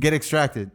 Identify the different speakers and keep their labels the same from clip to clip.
Speaker 1: Get extracted.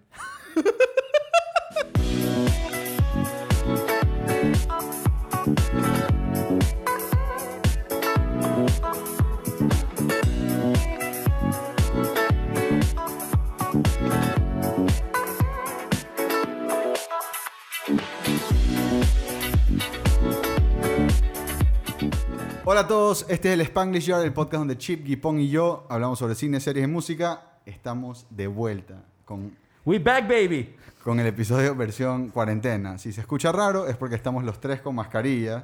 Speaker 1: Hola a todos, este es el Spanglish Yard, el podcast donde Chip, Gipón y yo hablamos sobre cine, series y música. Estamos de vuelta con,
Speaker 2: We back, baby.
Speaker 1: con el episodio versión cuarentena. Si se escucha raro es porque estamos los tres con mascarilla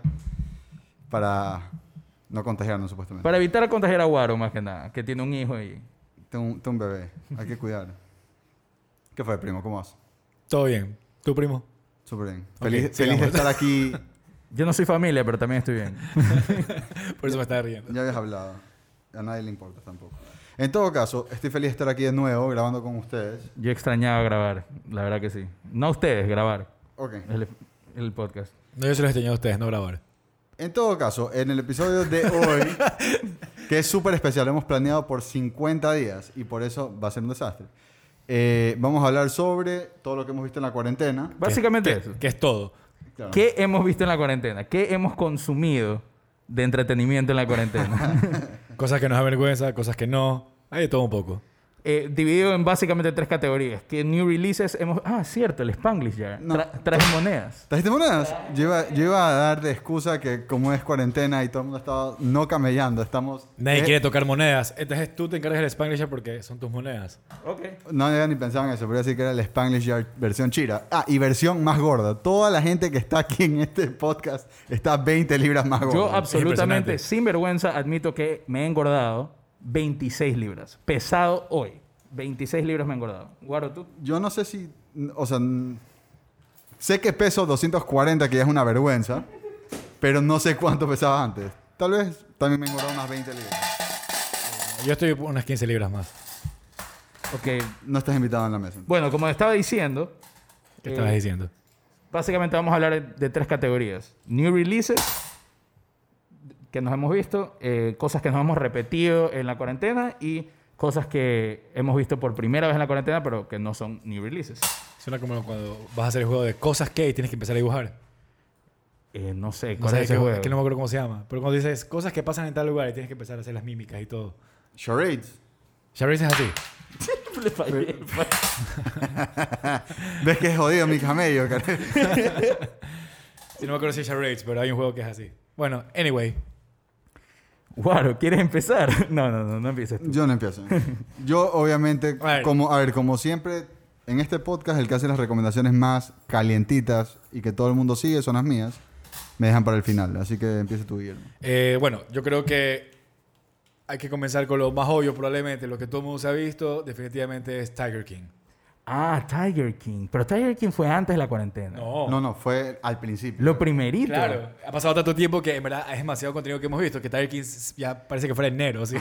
Speaker 1: para no contagiarnos supuestamente.
Speaker 2: Para evitar contagiar a Guaro, más que nada, que tiene un hijo y...
Speaker 1: Tengo un, tengo un bebé, hay que cuidar. ¿Qué fue, primo? ¿Cómo vas?
Speaker 3: Todo bien. ¿Tu primo?
Speaker 1: Súper bien.
Speaker 3: Ok,
Speaker 1: Feliz, feliz
Speaker 3: sigamos.
Speaker 1: de estar aquí.
Speaker 2: Yo no soy familia, pero también estoy bien.
Speaker 3: Por eso me estaba riendo.
Speaker 1: Ya habías hablado. A nadie le importa tampoco. En todo caso, estoy feliz de estar aquí de nuevo grabando con ustedes.
Speaker 2: Yo extrañaba grabar, la verdad que sí. No a ustedes, grabar
Speaker 1: Ok.
Speaker 2: el, el podcast.
Speaker 3: No, yo se los enseñé a ustedes, no grabar.
Speaker 1: En todo caso, en el episodio de hoy, que es súper especial, hemos planeado por 50 días y por eso va a ser un desastre. Eh, vamos a hablar sobre todo lo que hemos visto en la cuarentena.
Speaker 2: Básicamente
Speaker 3: Que-
Speaker 2: eso.
Speaker 3: Que es todo.
Speaker 1: Claro.
Speaker 2: ¿Qué hemos visto en la cuarentena? ¿Qué hemos consumido de entretenimiento en la cuarentena?
Speaker 3: Cosas que nos da vergüenza, cosas que no. Hay de todo un poco.
Speaker 2: Eh, dividido en básicamente tres categorías. ¿Qué new releases hemos...? Ah, cierto, el Spanglish ya.
Speaker 1: No.
Speaker 2: Tra- traje monedas.
Speaker 1: ¿Trajiste monedas? Yo iba, yo iba a dar de excusa que como es cuarentena y todo el mundo está no camellando, estamos...
Speaker 3: Nadie
Speaker 1: eh,
Speaker 3: quiere tocar monedas. Entonces tú te encargas del Spanglish porque son tus monedas.
Speaker 2: Ok.
Speaker 1: No había ni pensado en eso, pero decir que era el Spanglish Yard versión chira. Ah, y versión más gorda. Toda la gente que está aquí en este podcast está 20 libras más gorda.
Speaker 2: Yo absolutamente,
Speaker 3: impresionante.
Speaker 2: sin vergüenza, admito que me he engordado 26 libras. Pesado hoy. 26 libras me he engordado. Guaro, tú.
Speaker 1: Yo no sé si. O sea. n- Sé que peso 240, que ya es una vergüenza. Pero no sé cuánto pesaba antes. Tal vez también me engordó unas 20 libras.
Speaker 3: Yo estoy unas 15 libras más.
Speaker 2: Ok.
Speaker 1: No estás invitado en la mesa.
Speaker 2: Bueno, como estaba diciendo,
Speaker 3: ¿Qué
Speaker 2: Eh,
Speaker 3: estabas diciendo?
Speaker 2: básicamente vamos a hablar de tres categorías. New releases que nos hemos visto, eh, cosas que nos hemos repetido en la cuarentena y cosas que hemos visto por primera vez en la cuarentena, pero que no son new releases.
Speaker 3: Suena como cuando vas a hacer el juego de cosas que y tienes que empezar a dibujar.
Speaker 2: Eh, no sé,
Speaker 3: No
Speaker 2: ¿cuál
Speaker 3: sé
Speaker 2: es ese
Speaker 3: qué-
Speaker 2: juego?
Speaker 3: que no me acuerdo cómo se llama. Pero cuando dices cosas que pasan en tal lugar y tienes que empezar a hacer las mímicas y todo.
Speaker 1: Charades.
Speaker 3: Ya es así.
Speaker 2: Le fallé.
Speaker 1: ¿Ves que es jodido mi camello, cara?
Speaker 3: Si no me acuerdo si es charades, pero hay un juego que es así. Bueno, anyway.
Speaker 2: Guaro, ¿quieres empezar? No, no, no, no empieces tú.
Speaker 1: Yo no empiezo. Yo, obviamente,
Speaker 3: A ver.
Speaker 1: como, a ver, como siempre, en este podcast, el que hace las recomendaciones más calientitas y que todo el mundo sigue son las mías. Me dejan para el final. Así que empieza tu Guillermo.
Speaker 3: Eh, bueno, yo creo que hay que comenzar con lo más obvio probablemente. Lo que todo el mundo se ha visto definitivamente es Tiger King.
Speaker 2: Ah, Tiger King. Pero Tiger King fue antes de la cuarentena.
Speaker 3: No,
Speaker 1: No, no, fue al principio.
Speaker 2: Lo primerito.
Speaker 3: claro. Ha pasado tanto tiempo que en verdad es demasiado contenido que hemos visto que Tiger King s- ya parece que fuera enero. ¿sí?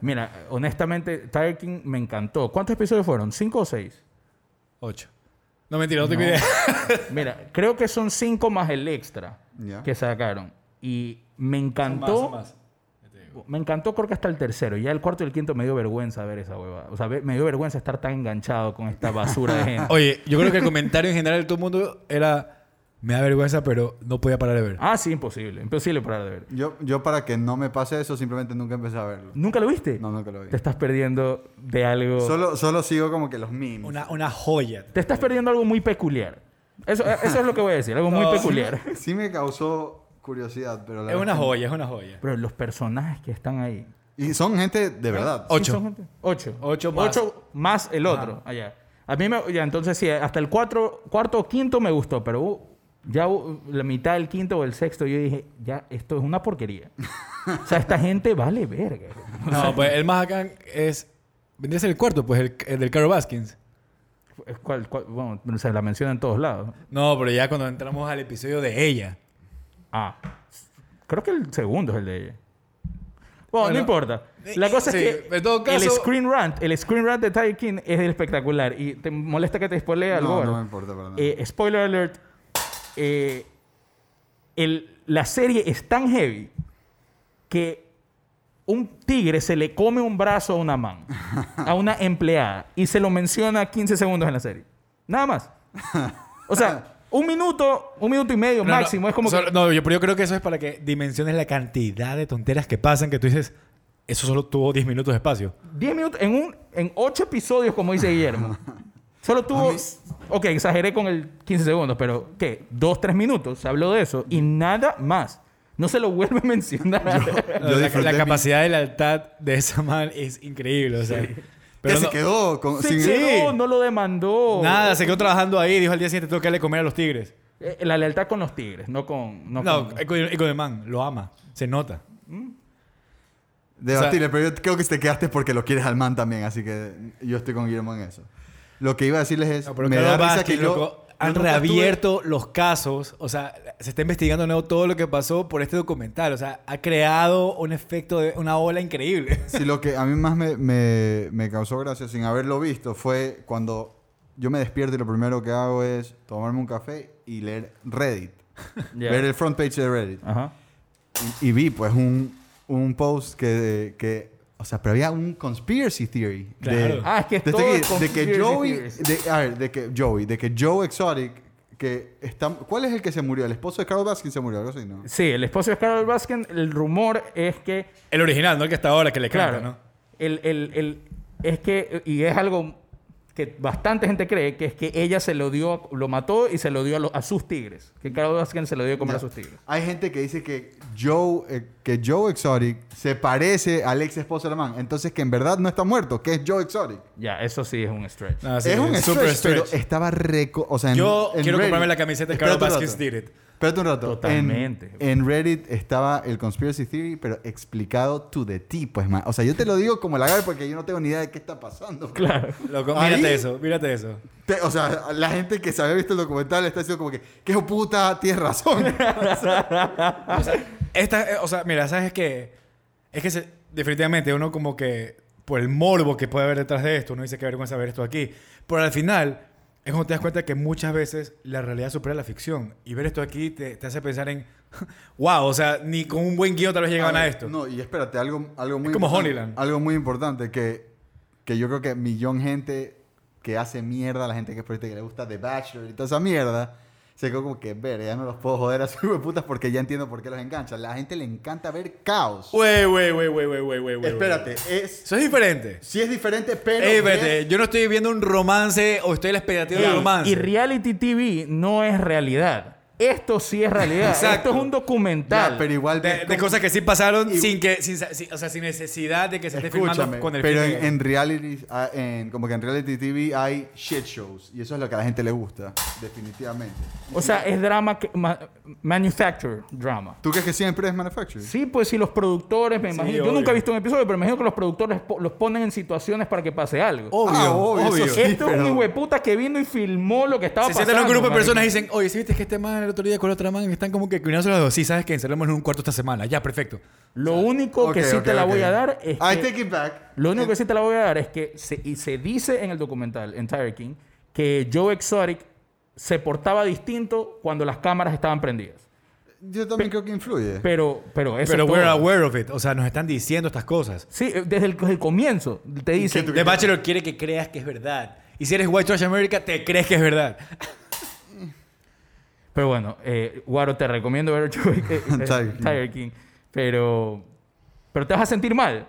Speaker 2: Mira, honestamente, Tiger King me encantó. ¿Cuántos episodios fueron? ¿Cinco o seis?
Speaker 3: Ocho. No, mentira, no tengo idea.
Speaker 2: Mira, creo que son cinco más el extra
Speaker 1: Ya.
Speaker 2: que sacaron. Y me encantó. Me encantó, creo que hasta el tercero. Ya el cuarto y el quinto me dio vergüenza ver esa hueva. O sea, ve- me dio vergüenza estar tan enganchado con esta basura de gente.
Speaker 3: Oye, yo creo que el comentario en general de todo el mundo era me da vergüenza, pero no podía parar de ver.
Speaker 2: ah, sí, imposible. Imposible parar de ver.
Speaker 1: Yo, yo, para que no me pase eso, simplemente nunca empecé a verlo.
Speaker 2: ¿Nunca lo viste?
Speaker 1: No, nunca lo vi.
Speaker 2: Te estás perdiendo de algo.
Speaker 1: Solo, solo sigo como que los memes.
Speaker 3: Una, una joya.
Speaker 2: Te estás perdiendo algo muy peculiar. Eso, eh, eso es lo que voy a decir, algo muy
Speaker 3: No.
Speaker 2: peculiar.
Speaker 1: Sí me causó curiosidad, pero la
Speaker 3: Es
Speaker 1: verdad
Speaker 3: una
Speaker 1: que-
Speaker 3: joya, es una joya.
Speaker 2: Pero los personajes que están ahí.
Speaker 1: Y son gente de verdad.
Speaker 3: Ocho.
Speaker 2: Sí, son gente. Ocho.
Speaker 3: Ocho más.
Speaker 2: Ocho más el otro. Allá. A mí me. Ya, entonces sí, hasta el cuatro, cuarto o quinto me gustó, pero uh, ya uh, la mitad del quinto o el sexto yo dije, ya, esto es una porquería. o sea, esta gente vale verga.
Speaker 3: No, pues el más acá es. Vendría a ser el cuarto, pues el, el del Carol Baskins.
Speaker 2: ¿Cuál- cuál? Bueno, se la menciona en todos lados.
Speaker 3: No, pero ya cuando entramos al episodio de ella.
Speaker 2: Ah. Creo que el segundo es el de ella. Bueno, no
Speaker 3: Bueno,
Speaker 2: importa. La cosa
Speaker 3: sí,
Speaker 2: es que
Speaker 3: en todo caso-
Speaker 2: el screen rant, el screen rant de Tiger King es espectacular. Y te molesta que te spoilea algo.
Speaker 1: No,
Speaker 2: ¿verdad?
Speaker 1: no me importa, para nada.
Speaker 2: Eh, spoiler alert. eh, el- la serie es tan heavy que un tigre se le come un brazo a una man, a una empleada, y se lo menciona 15 segundos en la serie. Nada más. O sea, un minuto, un minuto y medio
Speaker 3: No, no,
Speaker 2: máximo. es como
Speaker 3: solo-
Speaker 2: que...
Speaker 3: No, yo, pero yo creo que eso es para que dimensiones la cantidad de tonteras que pasan que tú dices, eso solo tuvo 10 minutos de espacio.
Speaker 2: 10 minutos en un en 8 episodios, como dice Guillermo. Solo tuvo. Ok, exageré con el 15 segundos, pero ¿qué? Dos, tres minutos se habló de eso y nada más. No se lo vuelve a mencionar.
Speaker 1: Yo
Speaker 3: La- la,
Speaker 1: disfruté mi-
Speaker 3: capacidad de lealtad de esa man es increíble. O sea, pero
Speaker 1: que se
Speaker 3: no-
Speaker 1: quedó con,
Speaker 2: Se
Speaker 1: sin-
Speaker 2: quedó,
Speaker 3: Sí.
Speaker 2: no lo demandó.
Speaker 3: Nada, se quedó trabajando ahí. Dijo al día siguiente: Tengo que darle comer a los tigres.
Speaker 2: Eh, La lealtad con los tigres, no con. No,
Speaker 3: No, eh,
Speaker 2: con-
Speaker 3: y con y con el man, lo ama. Se nota.
Speaker 1: Debatible, pero yo creo que te quedaste porque lo quieres al man también, así que yo estoy con Guillermo en eso. Lo que iba a decirles es,
Speaker 3: No, pero
Speaker 1: me
Speaker 3: Carlos
Speaker 1: da risa
Speaker 3: Vázquez,
Speaker 1: que yo...
Speaker 3: loco,
Speaker 1: yo
Speaker 3: han
Speaker 1: nunca
Speaker 3: reabierto los casos. O sea, se está investigando de nuevo todo lo que pasó por este documental. O sea, ha creado un efecto de una ola increíble.
Speaker 1: estuve- sí, lo que a mí más me, me- me causó gracia sin haberlo visto fue cuando yo me despierto y lo primero que hago es tomarme un café y leer Reddit.
Speaker 2: Ya.
Speaker 1: Ver el front page de Reddit.
Speaker 2: Ajá.
Speaker 1: Y, y vi pues un, un post que, que... O sea, pero había un conspiracy theory. de-
Speaker 3: Claro.
Speaker 2: Ah, es que es
Speaker 1: de,
Speaker 2: todo
Speaker 1: este que- de
Speaker 2: conspiracy
Speaker 1: que Joey,
Speaker 2: theories.
Speaker 1: de, a ver, de que Joey, de que Joe Exotic, que está, ¿cuál es el que se murió? El esposo de Carol Baskin se murió, algo así, ¿no?
Speaker 2: Sí, el esposo de Carol Baskin, el rumor es que
Speaker 3: El original, no el que está ahora, que le
Speaker 2: Claro.
Speaker 3: canta, ¿no?
Speaker 2: El, el- el- es que, y es algo que bastante gente cree, que es que ella se lo dio, lo mató y se lo dio a, lo- a sus tigres. Que Carol Baskin se lo dio a comer
Speaker 1: Ya.
Speaker 2: a sus tigres.
Speaker 1: Hay gente que dice que Joe, eh, que Joe Exotic se parece al ex esposo de la man, entonces que en verdad no está muerto, que es Joe Exotic.
Speaker 2: Ya, eso sí es un stretch.
Speaker 3: Ah, sí,
Speaker 1: es un
Speaker 3: super
Speaker 1: stretch, pero
Speaker 3: stretch.
Speaker 1: estaba reco... O sea, en-
Speaker 3: Yo
Speaker 1: en
Speaker 3: quiero
Speaker 1: Reddit-
Speaker 3: comprarme la camiseta de Carol
Speaker 1: Espérate un
Speaker 3: Baskins
Speaker 1: rato.
Speaker 3: Did It.
Speaker 1: Espérate un rato. En-
Speaker 2: Totalmente.
Speaker 1: En, Reddit estaba el conspiracy theory, pero explicado to the T, pues, man. O sea, yo te lo digo como la gana porque yo no tengo ni idea de qué está pasando.
Speaker 2: Claro.
Speaker 3: Loco,
Speaker 1: Ahí-
Speaker 3: mírate eso, mírate eso.
Speaker 1: Te- o sea, la gente que se había visto el documental está diciendo como que, que hijo puta, tienes razón.
Speaker 3: Esta, eh, o sea, mira, ¿sabes qué? Es que se- definitivamente uno como que, por el morbo que puede haber detrás de esto, uno dice que vergüenza ver esto aquí. Pero al final, es cuando te das cuenta que muchas veces la realidad supera la ficción. Y ver esto aquí te, te hace pensar en, wow, o sea, ni con un buen guión tal vez llegaban a,
Speaker 1: ver,
Speaker 3: esto.
Speaker 1: No, y espérate, algo, algo muy
Speaker 3: Es como
Speaker 1: importante-
Speaker 3: Honeyland.
Speaker 1: Algo muy importante que, que yo creo que millón gente que hace mierda, la gente que es periodista que le gusta The Bachelor y toda esa mierda, se quedó como que, ver, ya no los puedo joder a sus putas porque ya entiendo por qué los enganchan. La gente le encanta ver caos.
Speaker 3: Wey, wey, wey, wey, wey, wey, wey, wey.
Speaker 1: espérate, es...
Speaker 3: Eso es diferente.
Speaker 1: Sí es diferente, pero...
Speaker 3: Ey,
Speaker 1: es-
Speaker 3: espérate, yo no estoy viviendo un romance o estoy en la expectativa de un romance.
Speaker 2: Y, y reality TV no es realidad. Esto sí es realidad.
Speaker 3: Exacto.
Speaker 2: Esto es un documental.
Speaker 1: Ya, pero igual... ves
Speaker 3: de, de
Speaker 1: cómo-
Speaker 3: cosas que sí pasaron
Speaker 1: Y-
Speaker 3: sin que sin, sa- sin- o sea, sin necesidad de que se esté filmando
Speaker 1: Escúchame,
Speaker 3: con el
Speaker 1: pero
Speaker 3: fin
Speaker 1: en,
Speaker 3: de-
Speaker 1: en reality, ah, en- como que en reality TV hay shit shows y eso es lo que a la gente le gusta, definitivamente.
Speaker 2: O sea, es drama, que, ma- manufactured drama.
Speaker 1: ¿Tú crees que siempre es manufacturing?
Speaker 2: Sí, pues si los productores, me
Speaker 3: Sí,
Speaker 2: imagino. Yo
Speaker 3: obvio.
Speaker 2: nunca he visto un episodio, pero me imagino que los productores po- los ponen en situaciones para que pase algo.
Speaker 3: Obvio,
Speaker 1: Ah,
Speaker 3: obvio.
Speaker 1: eso sí,
Speaker 2: Esto Este es
Speaker 1: pero-
Speaker 2: un hijo de puta que vino y filmó lo que estaba
Speaker 3: Se
Speaker 2: pasando.
Speaker 3: sientan en un grupo de
Speaker 2: marico.
Speaker 3: personas y dicen, oye, si viste que este man el otro día con la otra man están como que cuidándose los dos. Sí, sabes que encerramos en un cuarto esta semana. Ya, perfecto.
Speaker 2: Lo único que
Speaker 1: Ok,
Speaker 2: sí
Speaker 1: ok,
Speaker 2: te la
Speaker 1: ok.
Speaker 2: voy a dar es
Speaker 1: I
Speaker 2: que,
Speaker 1: take it back.
Speaker 2: lo único que sí te la voy a dar es que se, y se dice en el documental en Tiger King que Joe Exotic se portaba distinto cuando las cámaras estaban prendidas.
Speaker 1: Yo también creo que influye.
Speaker 2: Pero pero eso
Speaker 3: pero
Speaker 2: es todo.
Speaker 3: we're aware of it. O sea, nos están diciendo estas cosas.
Speaker 2: Sí, eh, desde el, desde el comienzo te dicen
Speaker 3: The Bachelor quiere que creas que es verdad. Y si eres White Trash America, te crees que es verdad.
Speaker 2: Pero bueno, eh, Guaro, te recomiendo ver Joe- eh, eh,
Speaker 1: Tiger King.
Speaker 2: Tiger King. Pero pero te vas a sentir mal,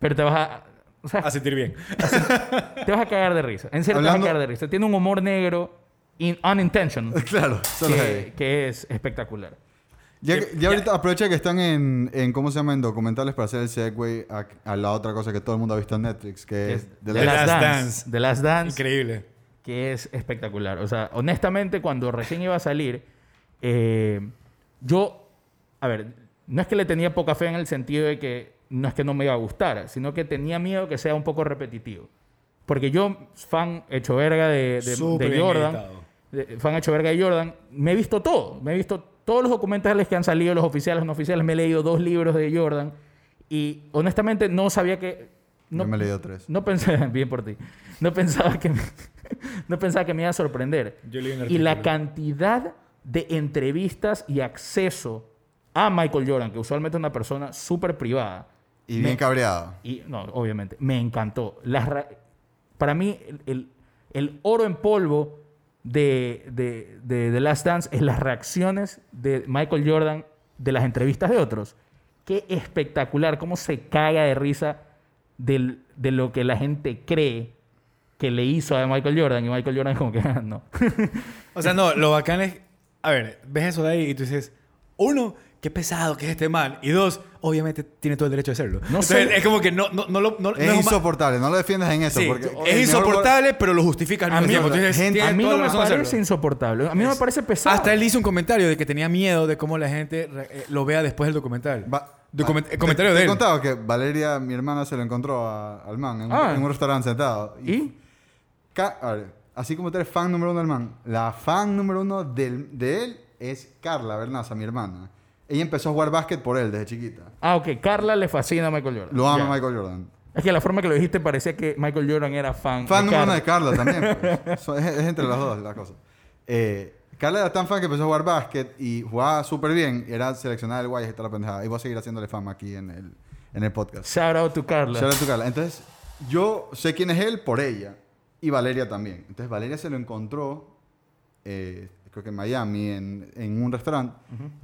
Speaker 2: pero te vas a o sea,
Speaker 3: A sentir bien.
Speaker 2: Te vas a cagar de risa. En serio, te
Speaker 1: Hablando-
Speaker 2: vas a cagar de risa. Tiene un humor negro, in, unintentional,
Speaker 1: claro, solo
Speaker 2: que,
Speaker 1: heavy.
Speaker 2: que es espectacular.
Speaker 1: Ya,
Speaker 3: que-
Speaker 1: que- ya
Speaker 3: ya-
Speaker 1: ahorita aprovecha que están en, en, ¿cómo se llama? En documentales para hacer el segue a, a la otra cosa que todo el mundo ha visto en Netflix, que es
Speaker 2: The,
Speaker 1: The Eh,
Speaker 2: Last,
Speaker 1: Last-
Speaker 2: Dance,
Speaker 3: Dance.
Speaker 2: The Last Dance,
Speaker 3: Increíble.
Speaker 2: que es espectacular. O sea, honestamente, cuando recién iba a salir, eh, yo, a ver, no es que le tenía poca fe en el sentido de que no es que no me iba a gustar, sino que tenía miedo que sea un poco repetitivo. Porque yo, fan hecho verga de, de-
Speaker 3: Súper
Speaker 2: de
Speaker 3: bien
Speaker 2: Jordan,
Speaker 3: editado.
Speaker 2: de- fan hecho verga de Jordan, me he visto todo. Me he visto todos los documentales que han salido, los oficiales, los no oficiales. Me he leído dos libros de Jordan. Y honestamente no sabía que... No,
Speaker 1: Yo me he leído tres.
Speaker 2: No pensaba, bien por ti. No pensaba que me, no pensaba que me iba a sorprender.
Speaker 3: Yo leí un
Speaker 2: y la
Speaker 3: artículo.
Speaker 2: cantidad de entrevistas y acceso a Michael Jordan, que usualmente es una persona súper privada,
Speaker 1: Y bien
Speaker 2: Me-
Speaker 1: cabreado.
Speaker 2: Y no, obviamente, me encantó. Las ra- para mí, el, el- el oro en polvo de, de, de The Last Dance es las reacciones de Michael Jordan de las entrevistas de otros. Qué espectacular, cómo se caga de risa del- de lo que la gente cree que le hizo a Michael Jordan. Y Michael Jordan es como que, "Ah, no.
Speaker 3: O sea, no, lo bacán es. A ver, ves eso de ahí y tú dices, uno, qué pesado que es este mal. Y dos, obviamente tiene todo el derecho de hacerlo.
Speaker 2: No
Speaker 3: Entonces,
Speaker 2: sé.
Speaker 3: Es como que no, no, no lo. No, no
Speaker 1: Es
Speaker 3: un ma-
Speaker 1: insoportable, no lo defiendas en eso.
Speaker 3: Sí,
Speaker 1: porque
Speaker 3: es
Speaker 1: el mejor gol-
Speaker 3: insoportable, pero lo justifica al
Speaker 2: A
Speaker 3: mismo
Speaker 2: mí-
Speaker 3: tiempo. Tú dices,
Speaker 1: gente-
Speaker 3: tiene
Speaker 2: a mí
Speaker 3: toda
Speaker 2: no
Speaker 3: la
Speaker 2: me
Speaker 3: razón de hacerlo.
Speaker 2: parece insoportable. A mí no me parece pesado.
Speaker 3: Hasta él hizo un comentario de que tenía miedo de cómo la gente re- eh, lo vea después del documental.
Speaker 1: Va-
Speaker 3: Document-
Speaker 1: va-
Speaker 3: eh, comentario
Speaker 1: te-
Speaker 3: de
Speaker 1: Te
Speaker 3: él.
Speaker 1: he contado que Valeria, mi hermana, se lo encontró a- al man en,
Speaker 2: Ah.
Speaker 1: en un restaurante sentado.
Speaker 2: ¿Y?
Speaker 1: Ca- a ver, así como tú eres fan número uno del man, la fan número uno del- de él es Carla Bernaza, mi hermana. Ella empezó a jugar básquet por él desde chiquita.
Speaker 2: Ah, ok. Carla le fascina a Michael Jordan.
Speaker 1: Lo ama
Speaker 2: Ya.
Speaker 1: Michael Jordan.
Speaker 2: Es que la forma que lo dijiste parecía que Michael Jordan era fan.
Speaker 1: Fan
Speaker 2: de
Speaker 1: número uno
Speaker 2: Carl.
Speaker 1: de Carla también. pues. So- es, es entre las dos la cosa. Eh, Carla era tan fan que empezó a jugar básquet y jugaba súper bien. Era seleccionada del guay, está la pendejada. Y voy a seguir haciéndole fama aquí en el, en el podcast.
Speaker 2: Shout out to Carla.
Speaker 1: Shout out to Carla. Entonces, yo sé quién es él por ella. Y Valeria también. Entonces, Valeria se lo encontró, eh, creo que en Miami, en, en un restaurante.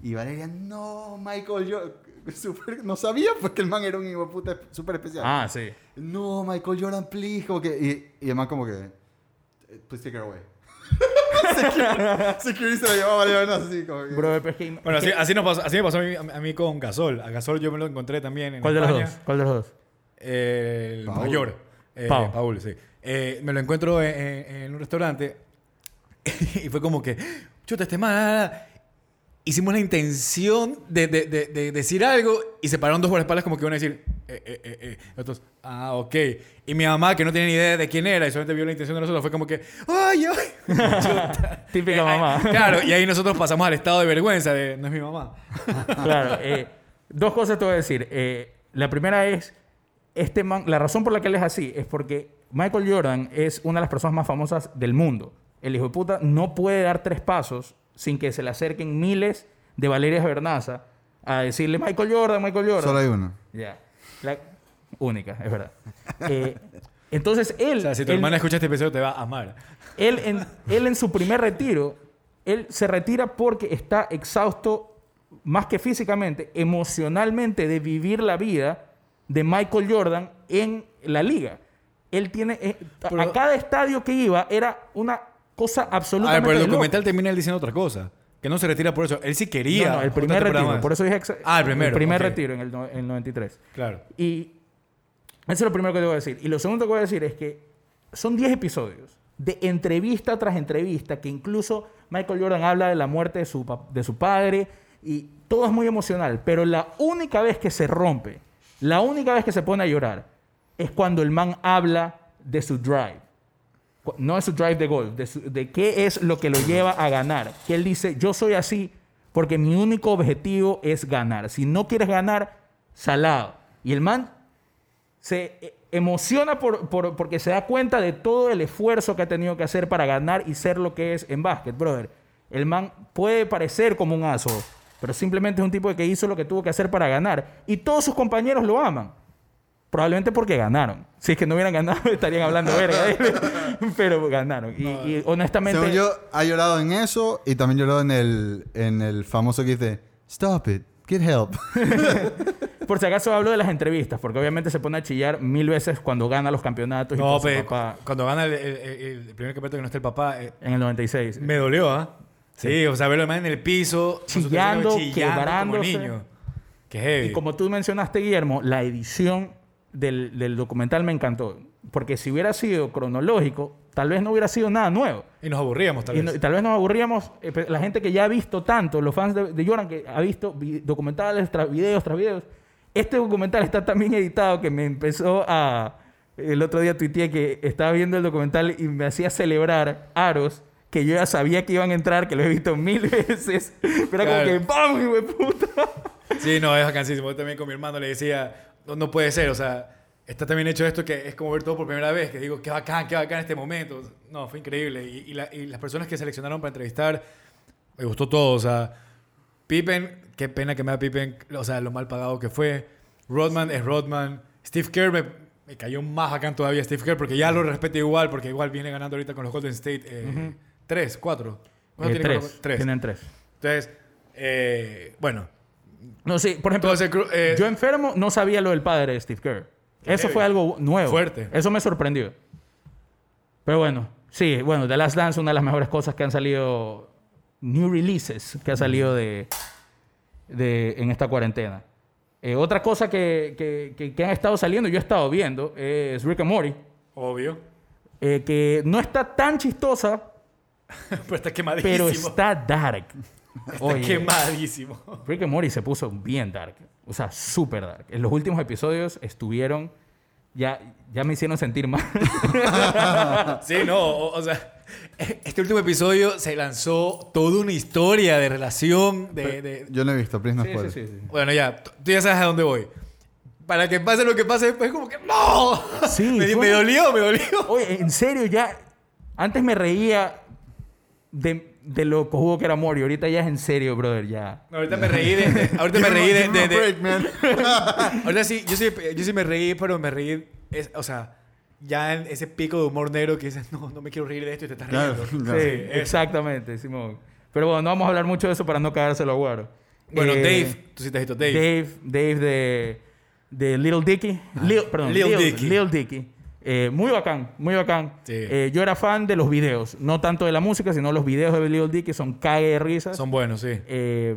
Speaker 1: Y Valeria, no, Michael, yo super- no sabía pues que el man era un hijo de puta súper especial.
Speaker 2: Ah, sí.
Speaker 1: No, Michael Jordan, please. Como que, y, y el man como que, eh, please take her away. Security, security se lo llevaba a Valeria Bernaza, así como que-
Speaker 2: Bro, pero es que-
Speaker 3: Bueno, así,
Speaker 2: es que-
Speaker 3: así, nos pasó- así me pasó a mí, a mí con Gasol. A Gasol yo me lo encontré también en
Speaker 2: ¿Cuál de los
Speaker 3: España.
Speaker 2: dos? ¿Cuál de los dos?
Speaker 3: El
Speaker 1: Paul.
Speaker 3: mayor. Eh,
Speaker 2: Pau.
Speaker 3: Paul, sí. Eh, me lo encuentro en, en- en un restaurante y fue como que, chuta, este mal. Hicimos la intención de, de- de- de decir algo y se pararon dos guardaespaldas como que iban a decir, eh, eh, eh, eh. Nosotros, ah, ok. Y mi mamá, que no tenía ni idea de quién era y solamente vio la intención de nosotros, fue como que, ay, ay. Chuta.
Speaker 2: Típica
Speaker 3: Eh,
Speaker 2: mamá.
Speaker 3: Claro, y ahí nosotros pasamos al estado de vergüenza de, no es mi mamá.
Speaker 2: Claro. eh, dos cosas te voy a decir. Eh, la primera es, este man, la razón por la que él es así es porque Michael Jordan es una de las personas más famosas del mundo. El hijo de puta no puede dar tres pasos sin que se le acerquen miles de Valerias Bernaza a decirle Michael Jordan, Michael Jordan.
Speaker 1: Solo hay uno.
Speaker 2: Ya. La única, es verdad. Eh, entonces él.
Speaker 3: O sea, si tu
Speaker 2: él-
Speaker 3: hermana escucha este episodio, te va a amar.
Speaker 2: él en, él en su primer retiro, él se retira porque está exhausto, más que físicamente, emocionalmente, de vivir la vida de Michael Jordan en la liga. Él tiene. eh, a- a
Speaker 3: Pero-
Speaker 2: cada estadio que iba era una cosa
Speaker 3: A ver,
Speaker 2: absolutamente.
Speaker 3: Ah, pero el
Speaker 2: de loco.
Speaker 3: documental termina él diciendo otra cosa. Que no se retira por eso. Él sí quería.
Speaker 2: No, no, el
Speaker 3: otra
Speaker 2: primer
Speaker 3: temporada
Speaker 2: retiro.
Speaker 3: más.
Speaker 2: Por eso dije. exa-
Speaker 3: Ah, el primero.
Speaker 2: primer
Speaker 3: ok.
Speaker 2: retiro en el, no- en el 93.
Speaker 3: Claro.
Speaker 2: Y eso es lo primero que te voy a decir. Y lo segundo que voy a decir es que son 10 episodios de entrevista tras entrevista, que incluso Michael Jordan habla de la muerte de su, pa- de su padre y todo es muy emocional. Pero la única vez que se rompe, la única vez que se pone a llorar, es cuando el man habla de su drive. Cu- No es su drive de gol, de, su- de qué es lo que lo lleva a ganar. Que él dice, yo soy así porque mi único objetivo es ganar. Si no quieres ganar, salado. Y el man se eh, emociona por, por- porque se da cuenta de todo el esfuerzo que ha tenido que hacer para ganar y ser lo que es en básquet, brother. El man puede parecer como un aso, pero simplemente es un tipo de que hizo lo que tuvo que hacer para ganar. Y todos sus compañeros lo aman. Probablemente porque ganaron. Si es que no hubieran ganado, estarían hablando verga. pero ganaron. Y, y honestamente...
Speaker 1: Según yo, ha llorado en eso y también lloró en el, en el famoso que dice, stop it, get help.
Speaker 2: Por si acaso hablo de las entrevistas, porque obviamente se pone a chillar mil veces cuando gana los campeonatos. y
Speaker 3: No,
Speaker 2: por su
Speaker 3: pero
Speaker 2: papá
Speaker 3: cuando gana el, el- el- el primer campeonato que no está el papá, eh,
Speaker 2: en el 96.
Speaker 3: me dolió, ¿ah? Sí, o sea, verlo además en el piso, con su
Speaker 2: Chillando,
Speaker 3: tercero, como
Speaker 2: quebrándose.
Speaker 3: niño. Qué heavy.
Speaker 2: Y como tú mencionaste, Guillermo, la edición del, del documental me encantó. Porque si hubiera sido cronológico, tal vez no hubiera sido nada nuevo.
Speaker 3: Y nos aburríamos tal
Speaker 2: Y
Speaker 3: vez.
Speaker 2: no- y tal vez nos aburríamos, eh, pe- la gente que ya ha visto tanto, los fans de, de Jordan que ha visto vi- documentales tras videos tras videos. Este documental está tan bien editado que me empezó a... El otro día tuiteé que estaba viendo el documental y me hacía celebrar aros que yo ya sabía que iban a entrar, que lo he visto mil veces. Pero era
Speaker 3: Claro.
Speaker 2: como que ¡vamos, hijo de puta!
Speaker 3: Sí, no, es bacanísimo. Yo también con mi hermano le decía, no, no puede ser, o sea, está también hecho esto que es como ver todo por primera vez, que digo, qué bacán, qué bacán este momento. No, fue increíble. Y, y la- y las personas que seleccionaron para entrevistar, me gustó todo, o sea, Pippen, qué pena que me da Pippen, o sea, lo mal pagado que fue. Rodman es Rodman. Steve Kerr me, me cayó más acá todavía Steve Kerr porque ya lo respeto igual porque igual viene ganando ahorita con los Golden State eh, tres, cuatro. ¿Cuánto
Speaker 2: Eh,
Speaker 3: tiene
Speaker 2: tres.
Speaker 3: Golden- tres.
Speaker 2: Tienen tres.
Speaker 3: Entonces, eh, bueno.
Speaker 2: No, sí, por ejemplo,
Speaker 3: Entonces, cru- eh,
Speaker 2: yo em-, enfermo no sabía lo del padre de Steve Kerr. Eso
Speaker 3: heavy.
Speaker 2: fue algo nuevo.
Speaker 3: Fuerte.
Speaker 2: Eso me sorprendió. Pero bueno, sí, bueno, The Last Dance, una de las mejores cosas que han salido, new releases que ha salido de, de- en esta cuarentena. Eh, otra cosa que, que, que- que han estado saliendo, yo he estado viendo, es Rick and Morty,
Speaker 3: obvio.
Speaker 2: eh, que no está tan chistosa,
Speaker 3: pero está quemadísimo.
Speaker 2: pero está dark.
Speaker 3: Está
Speaker 2: Oye.
Speaker 3: quemadísimo.
Speaker 2: Rick and Morty se puso bien dark. O sea, súper dark. En los últimos episodios estuvieron... Ya, ya me hicieron sentir mal.
Speaker 3: Sí, no, o, o sea, este último episodio se lanzó toda una historia de relación, de... de-
Speaker 1: Yo no he visto, please no
Speaker 2: Sí, sí,
Speaker 1: spoilers.
Speaker 2: sí, sí.
Speaker 3: Bueno, ya, tú tú ya sabes a dónde voy. Para que pase lo que pase después, como que ¡No!
Speaker 2: Sí,
Speaker 3: me,
Speaker 2: fue-
Speaker 3: me dolió, me dolió.
Speaker 2: Oye, en serio, ya... Antes me reía de, de lo cojudo que era Morty. Ahorita ya es en serio, brother. Ya.
Speaker 3: No, ahorita me reí de... de- ahorita me
Speaker 1: Give
Speaker 3: reí
Speaker 1: him a-
Speaker 3: de...
Speaker 1: give him
Speaker 3: de-
Speaker 1: a
Speaker 3: de-
Speaker 1: break, man.
Speaker 3: ahorita sí, yo sí, yo sí me reí, pero me reí... es- o sea, ya en ese pico de humor negro que dices, no, no me quiero reír de esto y te estás
Speaker 1: Claro,
Speaker 3: riendo.
Speaker 1: claro.
Speaker 2: Sí,
Speaker 3: eso.
Speaker 2: exactamente, Simón. Pero bueno, no vamos a hablar mucho de eso para no cagárselo a Guaro.
Speaker 3: Bueno,
Speaker 2: Eh,
Speaker 3: Dave, tú sí te has visto Dave.
Speaker 2: Dave, Dave de, de Little Dicky. Lil, perdón,
Speaker 3: Ah. Lil
Speaker 2: Lil,
Speaker 3: Dicky.
Speaker 2: Lil Dicky. Eh, muy bacán, muy bacán.
Speaker 3: Sí.
Speaker 2: Eh, yo era fan de los videos, no tanto de la música, sino los videos de Little Dicky son cague de risas.
Speaker 3: Son buenos, sí.
Speaker 2: Eh,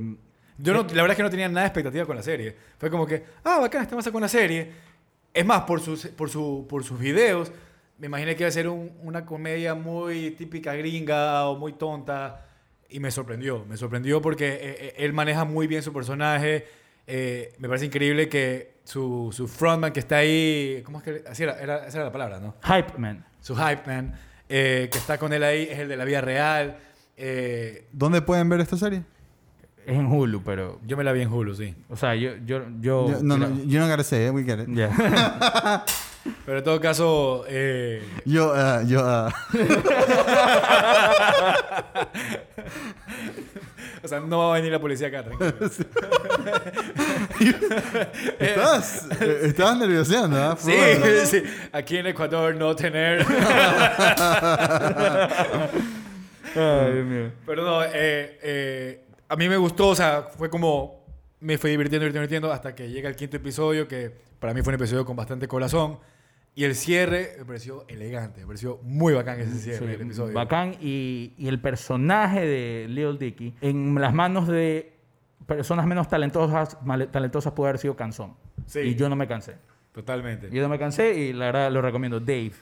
Speaker 3: Yo no, la verdad es que no tenía nada de expectativa con la serie. Fue como que, ah, bacán, estamos con la serie. Es más, por sus, por su, por sus videos, me imaginé que iba a ser un- una comedia muy típica gringa o muy tonta. Y me sorprendió, me sorprendió porque eh, eh, él maneja muy bien su personaje. Eh, me parece increíble que su, su frontman que está ahí, ¿cómo es que? Así era, era- esa era la palabra, ¿no?
Speaker 2: hype Man.
Speaker 3: Su hype man, eh, que está con él ahí, es el de la vida real. Eh,
Speaker 1: ¿Dónde pueden ver esta serie?
Speaker 2: Es en Hulu, pero.
Speaker 3: yo me la vi en Hulu, sí.
Speaker 2: O sea, yo. yo, yo
Speaker 1: Yo- no, no,
Speaker 2: Oh, mira,
Speaker 1: you don't gotta say it, we get it.
Speaker 2: ya.
Speaker 3: Pero en todo caso, eh,
Speaker 1: Yo, uh, yo, uh,
Speaker 3: O sea, no va a venir la policía acá, tranquilo.
Speaker 1: estás, eh, estabas nervioseando, ¿ah?
Speaker 3: Sí, sí. Aquí en Ecuador no tener.
Speaker 2: Ay, Dios mío.
Speaker 3: Pero no, eh, eh, a mí me gustó, o sea, fue como. Me fui divirtiendo, divirtiendo, divirtiendo, hasta que llega el quinto episodio, que para mí fue un episodio con bastante corazón. Y el cierre me pareció elegante, me pareció muy bacán ese cierre
Speaker 2: Sí,
Speaker 3: del episodio.
Speaker 2: Bacán. Y, y el personaje de Lil Dicky en las manos de personas menos talentosas, male- talentosas puede haber sido canzón.
Speaker 3: Sí.
Speaker 2: Y yo no me cansé.
Speaker 3: Totalmente.
Speaker 2: Yo no me cansé y la verdad lo recomiendo. Dave.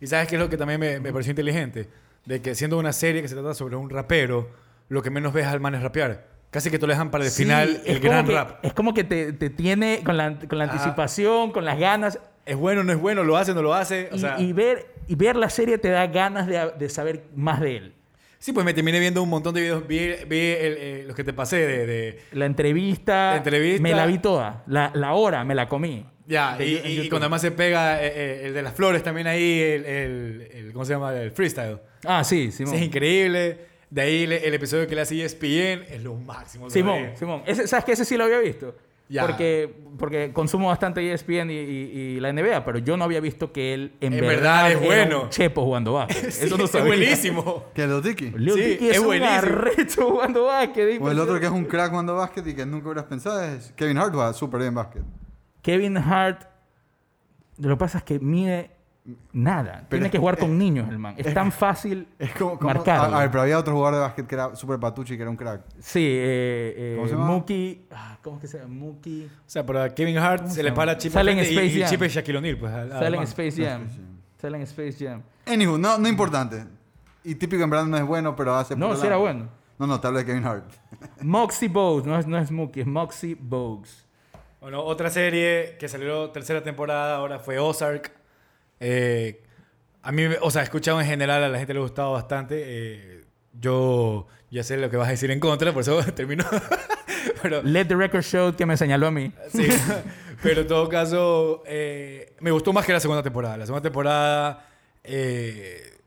Speaker 3: Y sabes qué es lo que también me, me pareció inteligente, de que siendo una serie que se trata sobre un rapero, lo que menos ves al man es rapear. Casi que te lo dejan para el final,
Speaker 2: Sí,
Speaker 3: el
Speaker 2: es como
Speaker 3: gran
Speaker 2: que-
Speaker 3: rap.
Speaker 2: Es como que te, te tiene con la, con la
Speaker 3: Ajá.
Speaker 2: anticipación, con las ganas.
Speaker 3: ¿Es bueno no es bueno? ¿Lo hace no lo hace? O
Speaker 2: y,
Speaker 3: sea,
Speaker 2: y ver, y ver la serie te da ganas de, de saber más de él.
Speaker 3: sí, pues me terminé viendo un montón de videos. Vi, vi el, eh, los que te pasé de... de-
Speaker 2: La entrevista,
Speaker 3: La entrevista.
Speaker 2: me la vi toda. La, la hora me la comí.
Speaker 3: ya,
Speaker 2: De-
Speaker 3: y,
Speaker 2: en
Speaker 3: y- y
Speaker 2: YouTube.
Speaker 3: cuando además se pega eh, eh, el de las flores también ahí, el, el- el- ¿cómo se llama? El freestyle.
Speaker 2: Ah, sí,
Speaker 3: Ese
Speaker 2: Simón.
Speaker 3: es increíble. De ahí le- el episodio que le hace E ESPN es lo máximo.
Speaker 2: Simón,
Speaker 3: todavía.
Speaker 2: Simón. Ese- ¿Sabes que Ese sí lo había visto.
Speaker 3: Ya.
Speaker 2: Porque, porque consumo bastante E ESPN y, y- y la NBA, pero yo no había visto que él en,
Speaker 3: En verdad es
Speaker 2: era
Speaker 3: bueno.
Speaker 2: un chepo jugando básquet.
Speaker 3: Sí,
Speaker 2: Eso no
Speaker 3: es
Speaker 2: sabía.
Speaker 3: buenísimo.
Speaker 1: Que lo tiki.
Speaker 2: Lil
Speaker 3: Sí,
Speaker 2: Dicky
Speaker 3: es
Speaker 2: es, un
Speaker 3: buenísimo.
Speaker 2: arrecho jugando básquet.
Speaker 1: O el otro que es un crack cuando básquet y que nunca hubieras pensado es Kevin Hart va súper bien básquet.
Speaker 2: Kevin Hart, lo que pasa es que mide nada. Tiene
Speaker 1: es
Speaker 2: que
Speaker 1: que-
Speaker 2: jugar con niños el man. Es tan fácil
Speaker 1: Es como, como
Speaker 2: marcarlo.
Speaker 1: a, a ver, pero había otro jugador de básquet que era súper patuchi y que era un crack.
Speaker 2: Sí, eh, eh,
Speaker 1: ¿Cómo se llama?
Speaker 2: Mookie... ah, ¿Cómo es que se llama? Mookie...
Speaker 3: O sea, pero a Kevin Hart se le
Speaker 2: llama?
Speaker 3: para chip
Speaker 2: Sale en
Speaker 3: enfrente y,
Speaker 2: Space
Speaker 3: y
Speaker 2: Jam.
Speaker 3: chip es Shaquille O'Neal. Pues, al- al
Speaker 2: Sale en
Speaker 3: man.
Speaker 2: Space Jam.
Speaker 1: Space Jam.
Speaker 2: Sale en Space Jam.
Speaker 1: Anywho, no, no importante. Y típico en verdad no es bueno, pero hace
Speaker 2: No,
Speaker 1: puro
Speaker 2: sí era
Speaker 1: lado.
Speaker 2: bueno.
Speaker 1: No, no, te hablo de Kevin Hart.
Speaker 2: Moxie Bogues. No es, no es Mookie, es Moxie Bogues.
Speaker 3: Bueno, otra serie que salió tercera temporada ahora fue Ozark. Eh, a mí, o sea, he escuchado en general, a la gente le ha gustado bastante. Eh, yo ya sé lo que vas a decir en contra, por eso termino. pero,
Speaker 2: Let the Record Show que me señaló a mí.
Speaker 3: sí. pero en todo caso, eh, me gustó más que la segunda temporada. La segunda temporada eh,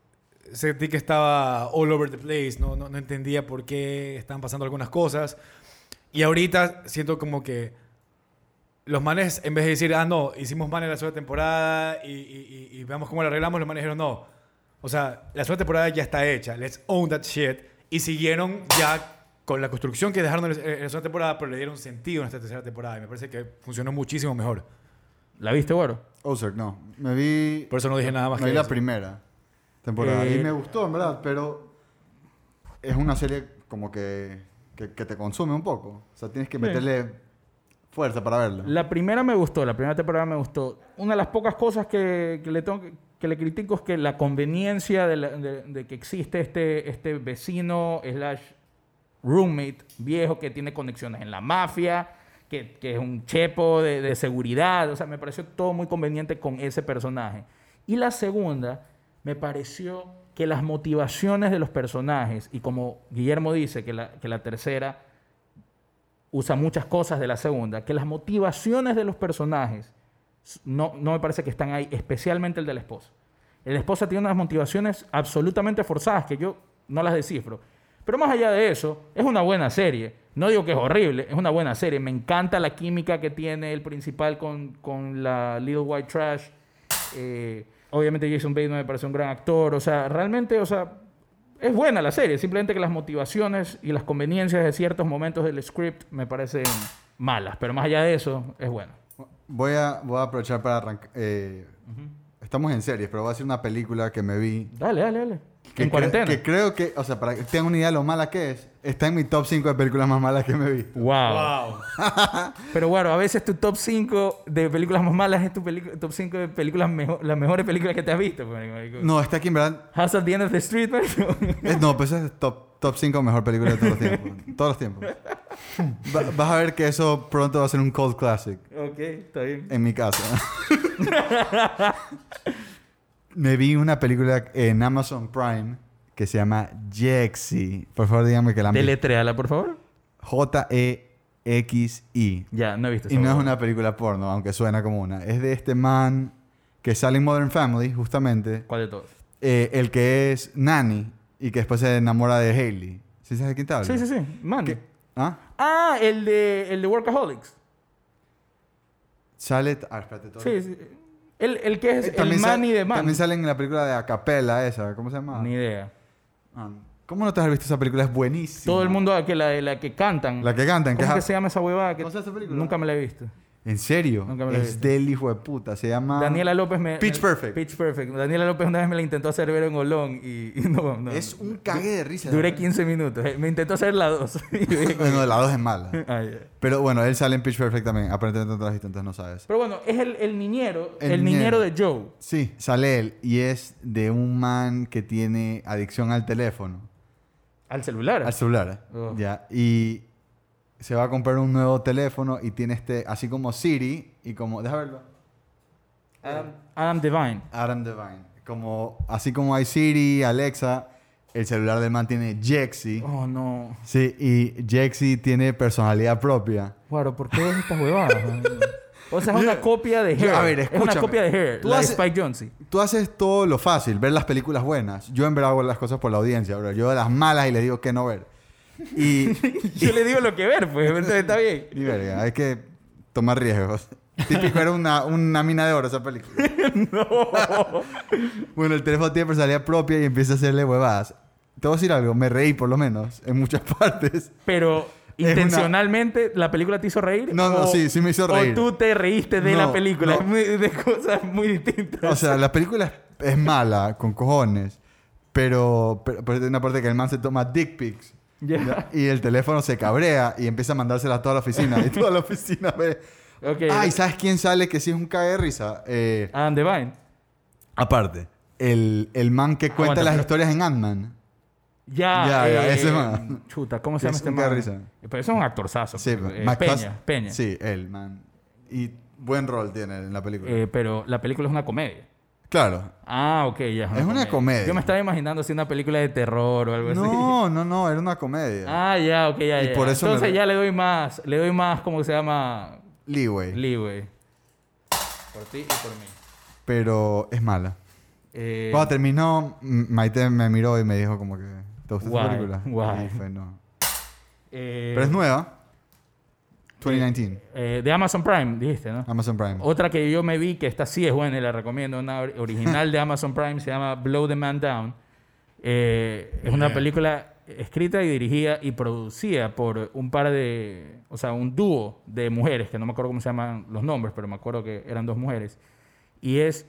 Speaker 3: sentí que estaba all over the place, no, no, no entendía por qué estaban pasando algunas cosas. Y ahorita siento como que los manes, en vez de decir, ah, no, hicimos mal en la segunda temporada y, y, y- y veamos cómo lo arreglamos, los manes dijeron, no. O sea, la segunda temporada ya está hecha, let's own that shit. Y siguieron ya con la construcción que dejaron en la- en la segunda temporada, pero le dieron sentido en esta tercera temporada. Y me parece que funcionó muchísimo mejor.
Speaker 2: ¿La viste, Guaro?
Speaker 1: Ozark, no. Me vi.
Speaker 3: Por eso no dije nada más
Speaker 1: me
Speaker 3: que
Speaker 1: vi la
Speaker 3: eso.
Speaker 1: primera temporada.
Speaker 2: Eh,
Speaker 1: y me gustó, en verdad, pero es una serie como que, que, que te consume un poco. O sea, tienes que meterle fuerza para verla.
Speaker 2: La primera me gustó, la primera temporada me gustó. Una de las pocas cosas que, que le, tengo que, que le critico es que la conveniencia de, la- de- de que existe este, este vecino slash roommate viejo que tiene conexiones en la mafia, que, que es un chepo de, de seguridad. O sea, me pareció todo muy conveniente con ese personaje. Y la segunda, me pareció que las motivaciones de los personajes, y como Guillermo dice, que la, que la tercera usa muchas cosas de la segunda, que las motivaciones de los personajes s- no, no me parece que están ahí, especialmente el de la esposa. El esposa tiene unas motivaciones absolutamente forzadas que yo no las descifro. Pero más allá de eso, es una buena serie. No digo que es horrible, es una buena serie. Me encanta la química que tiene el principal con, con la Little White Trash. Eh, obviamente Jason Bateman me parece un gran actor. O sea, realmente, o sea, es buena la serie, simplemente que las motivaciones y las conveniencias de ciertos momentos del script me parecen malas, pero más allá de eso, es bueno.
Speaker 1: Voy a, voy a aprovechar para arrancar. eh, Estamos en series, pero voy a hacer una película que me vi.
Speaker 2: Dale, dale, dale.
Speaker 1: Que
Speaker 2: en
Speaker 1: cre-
Speaker 2: cuarentena.
Speaker 1: Que creo que, o sea, para que tengan una idea de lo mala que es, está en mi top 5 de películas más malas que me vi.
Speaker 2: Wow.
Speaker 3: ¡Wow!
Speaker 2: Pero bueno, a veces tu top 5 de películas más malas es tu pelic- top 5 de películas mejo- las mejores películas que te has visto. pues, marico.
Speaker 1: No, está aquí en verdad.
Speaker 2: House at the End of the Street, marico.
Speaker 1: es- no, pues es top, top 5 mejor película de todos los tiempos. todos los tiempos. Va- vas a ver que eso pronto va a ser un cold classic.
Speaker 2: ok, está bien.
Speaker 1: En mi casa. Me vi una película en Amazon Prime que se llama Jexy. Por favor, díganme que la han visto.
Speaker 2: Deletréala, por favor.
Speaker 1: J-E-X-I.
Speaker 2: Ya, no he visto
Speaker 1: Y no es una película porno, aunque suena como una. Es de este man que sale en Modern Family, justamente.
Speaker 2: ¿Cuál de todos?
Speaker 1: eh, el que es Nanny y que después se enamora de Hailey. ¿Sí sabes de quién te hablo?
Speaker 2: Sí, sí, sí. Man.
Speaker 1: ¿Qué? ¿Ah?
Speaker 2: Ah, el de, el de Workaholics.
Speaker 1: Sale... Ah, espérate. todo-
Speaker 2: Sí, sí. El, el que es
Speaker 1: Eh,
Speaker 2: el
Speaker 1: sa-
Speaker 2: Manny de Man.
Speaker 1: También sale en la película de Acapella esa. ¿Cómo se llama?
Speaker 2: Ni idea.
Speaker 1: Ah, ¿Cómo no te has visto esa película? Es buenísima.
Speaker 2: Todo el mundo, ah, que la, la que cantan.
Speaker 1: La que cantan. Que
Speaker 2: ¿Cómo
Speaker 1: es-
Speaker 2: que se llama esa huevada? Que
Speaker 1: ¿Cómo se llama esa película?
Speaker 2: Nunca me la he visto.
Speaker 1: En serio.
Speaker 2: Nunca me la he
Speaker 1: Es
Speaker 2: visto.
Speaker 1: del hijo de puta. Se llama...
Speaker 2: Daniela López me...
Speaker 1: Ah. Pitch
Speaker 2: me-
Speaker 1: Perfect.
Speaker 2: Pitch Perfect. Daniela López una vez me la intentó hacer ver en Olón y, y no, no.
Speaker 1: Es un cague de risa.
Speaker 2: Duré 15 minutos. Eh, Me intentó hacer la dos. Y yo dije,
Speaker 1: Bueno, la dos es mala.
Speaker 2: ah, ya.
Speaker 1: Pero bueno, él sale en Pitch Perfect también. Aparentemente no te la has visto, entonces no sabes.
Speaker 2: Pero bueno, es el, el niñero.
Speaker 1: El
Speaker 2: El, niñero.
Speaker 1: niñero.
Speaker 2: de Joe.
Speaker 1: Sí, sale él y es de un man que tiene adicción al teléfono,
Speaker 2: Al celular.
Speaker 1: al celular. ¿eh?
Speaker 2: Oh.
Speaker 1: Ya. Y se va a comprar un nuevo teléfono y tiene este, así como Siri y como, déjame verlo,
Speaker 2: Adam, Adam Devine.
Speaker 1: Adam Devine. Como, así como hay Siri, Alexa, el celular del man tiene Jexy.
Speaker 2: Oh, no.
Speaker 1: Sí, y Jexy tiene personalidad propia.
Speaker 2: Guaro, ¿por qué es estas huevadas? man? o sea, es una copia de Hair.
Speaker 1: Yo- a ver,
Speaker 2: Es una
Speaker 1: escúchame.
Speaker 2: copia de Hair.
Speaker 1: Tú
Speaker 2: La de
Speaker 1: haces-
Speaker 2: Spike Jonze.
Speaker 1: Tú haces todo lo fácil, ver las películas buenas. Yo en verdad hago las cosas por la audiencia, bro. Yo las malas y le digo que no ver. Y
Speaker 2: Yo le digo lo que ver, pues. Entonces está bien.
Speaker 1: Ni verga, hay que tomar riesgos. Típico era una, una mina de oro esa película. Bueno, el teléfono tiene personalidad propia y empieza a hacerle huevadas. Te voy a decir algo, me reí por lo menos, en muchas partes.
Speaker 2: Pero
Speaker 1: Es
Speaker 2: intencionalmente la película te hizo reír.
Speaker 1: No, no,
Speaker 2: o-
Speaker 1: sí, sí me hizo reír.
Speaker 2: O tú te reíste de la
Speaker 1: No,
Speaker 2: película.
Speaker 1: no.
Speaker 2: Es muy- de cosas muy distintas.
Speaker 1: O sea, la película es- es mala, con cojones. Pero, pero, pero hay una parte que el man se toma dick pics.
Speaker 2: Ya.
Speaker 1: ¿ya? Y el teléfono se cabrea y empieza a mandárselas a toda la oficina. Y toda la oficina ve.
Speaker 2: Ok.
Speaker 1: Ay, ¿sabes quién sale que sí es un cague de risa? Eh,
Speaker 2: Adam Devine.
Speaker 1: Aparte, el, el man que cuenta
Speaker 2: Aguanta,
Speaker 1: las
Speaker 2: Ah, pero-
Speaker 1: historias en Ant-Man.
Speaker 2: Ya,
Speaker 1: Ya, ya,
Speaker 2: eh,
Speaker 1: ese man.
Speaker 2: Chuta, ¿cómo se llama
Speaker 1: Es
Speaker 2: este
Speaker 1: un caga
Speaker 2: man?
Speaker 1: risa.
Speaker 2: Pero eso es un actorzazo.
Speaker 1: Sí,
Speaker 2: eh,
Speaker 1: Mac
Speaker 2: Peña,
Speaker 1: Cos-
Speaker 2: Peña.
Speaker 1: Sí, él, man. Y buen rol tiene en la película.
Speaker 2: Eh, pero la película es una comedia.
Speaker 1: claro.
Speaker 2: Ah, ok, ya.
Speaker 1: Es una comedia.
Speaker 2: Yo me estaba imaginando así una película de terror o algo así.
Speaker 1: No, no, no, era una comedia.
Speaker 2: pues Ah, ya, ok, ya.
Speaker 1: Y
Speaker 2: ya.
Speaker 1: por eso me
Speaker 2: Entonces
Speaker 1: re-
Speaker 2: ya le doy más, le doy más, ¿cómo se llama?
Speaker 1: Leeway.
Speaker 2: Leeway. Por ti y por mí.
Speaker 1: pero es mala.
Speaker 2: Eh,
Speaker 1: Cuando terminó, M- Maite me miró y me dijo como que... ¿Te gustó
Speaker 2: Guay, Eh.
Speaker 1: esta película?
Speaker 2: guay.
Speaker 1: Y fue, no.
Speaker 2: eh,
Speaker 1: Pero es nueva. 2019.
Speaker 2: Eh, de Amazon Prime, dijiste, ¿no?
Speaker 1: Amazon Prime.
Speaker 2: Otra que yo me vi, que esta sí es buena y la recomiendo, una ori- original de Amazon Prime, se llama Blow the Man Down. Eh, es una
Speaker 3: Yeah.
Speaker 2: película escrita y dirigida y producida por un par de, o sea, un dúo de mujeres, que no me acuerdo cómo se llaman los nombres, pero me acuerdo que eran dos mujeres. Y es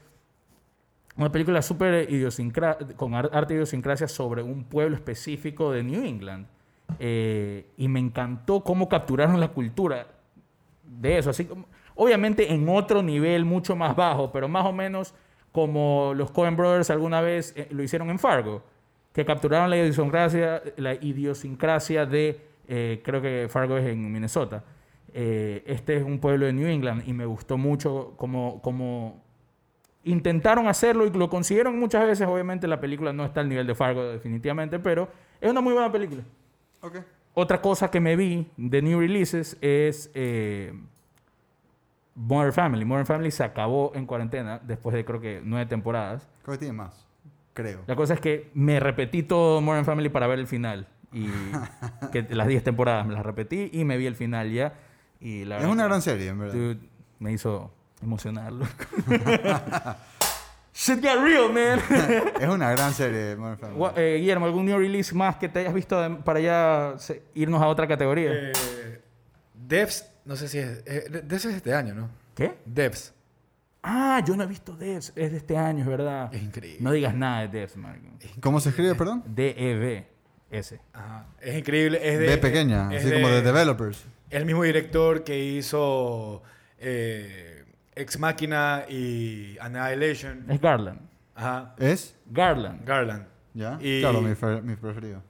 Speaker 2: una película súper idiosincra- con ar- arte y idiosincrasia sobre un pueblo específico de New England. Eh, y me encantó cómo capturaron la cultura de eso. Así como, obviamente en otro nivel mucho más bajo, pero más o menos como los Coen Brothers alguna vez eh, lo hicieron en Fargo, que capturaron la idiosincrasia, la idiosincrasia de, eh, creo que Fargo es en Minnesota. Eh, este es un pueblo de New England y me gustó mucho como, como intentaron hacerlo y lo consiguieron muchas veces. Obviamente la película no está al nivel de Fargo definitivamente, pero es una muy buena película.
Speaker 1: Ok.
Speaker 2: Otra cosa que me vi de New Releases es eh, Modern Family. Modern Family se acabó en cuarentena después de creo que nueve temporadas.
Speaker 1: Creo que tiene más. Creo.
Speaker 2: La cosa es que me repetí todo Modern Family para ver el final. Y que las diez temporadas me las repetí y me vi el final ya. Y la
Speaker 1: Es
Speaker 2: verdad
Speaker 1: una
Speaker 2: que,
Speaker 1: gran serie, en verdad.
Speaker 2: dude, me hizo emocionarlo. Shit got real, man.
Speaker 1: es una gran serie, Modern Family.
Speaker 2: Gua- eh, Guillermo, ¿algún new release más que te hayas visto de- para ya se- irnos a otra categoría?
Speaker 3: Eh, Devs, no sé si es. eh, Devs es este año, ¿no?
Speaker 2: ¿Qué?
Speaker 3: Devs.
Speaker 2: Ah, yo no he visto Devs. Es de este año, es verdad.
Speaker 3: Es increíble.
Speaker 2: No digas nada de Devs, Marco. E
Speaker 1: ¿Cómo se escribe, perdón?
Speaker 2: D-E-V-S.
Speaker 3: Ajá. Es increíble. Es de.
Speaker 1: B pequeña,
Speaker 3: es
Speaker 1: así como de developers.
Speaker 3: El mismo director que hizo eh, Ex Machina y Annihilation.
Speaker 2: Es Garland.
Speaker 3: Ajá.
Speaker 1: ¿Es?
Speaker 2: Garland.
Speaker 3: Garland.
Speaker 1: ¿Ya?
Speaker 3: Y-
Speaker 1: Claro, mi, fe- mi preferido.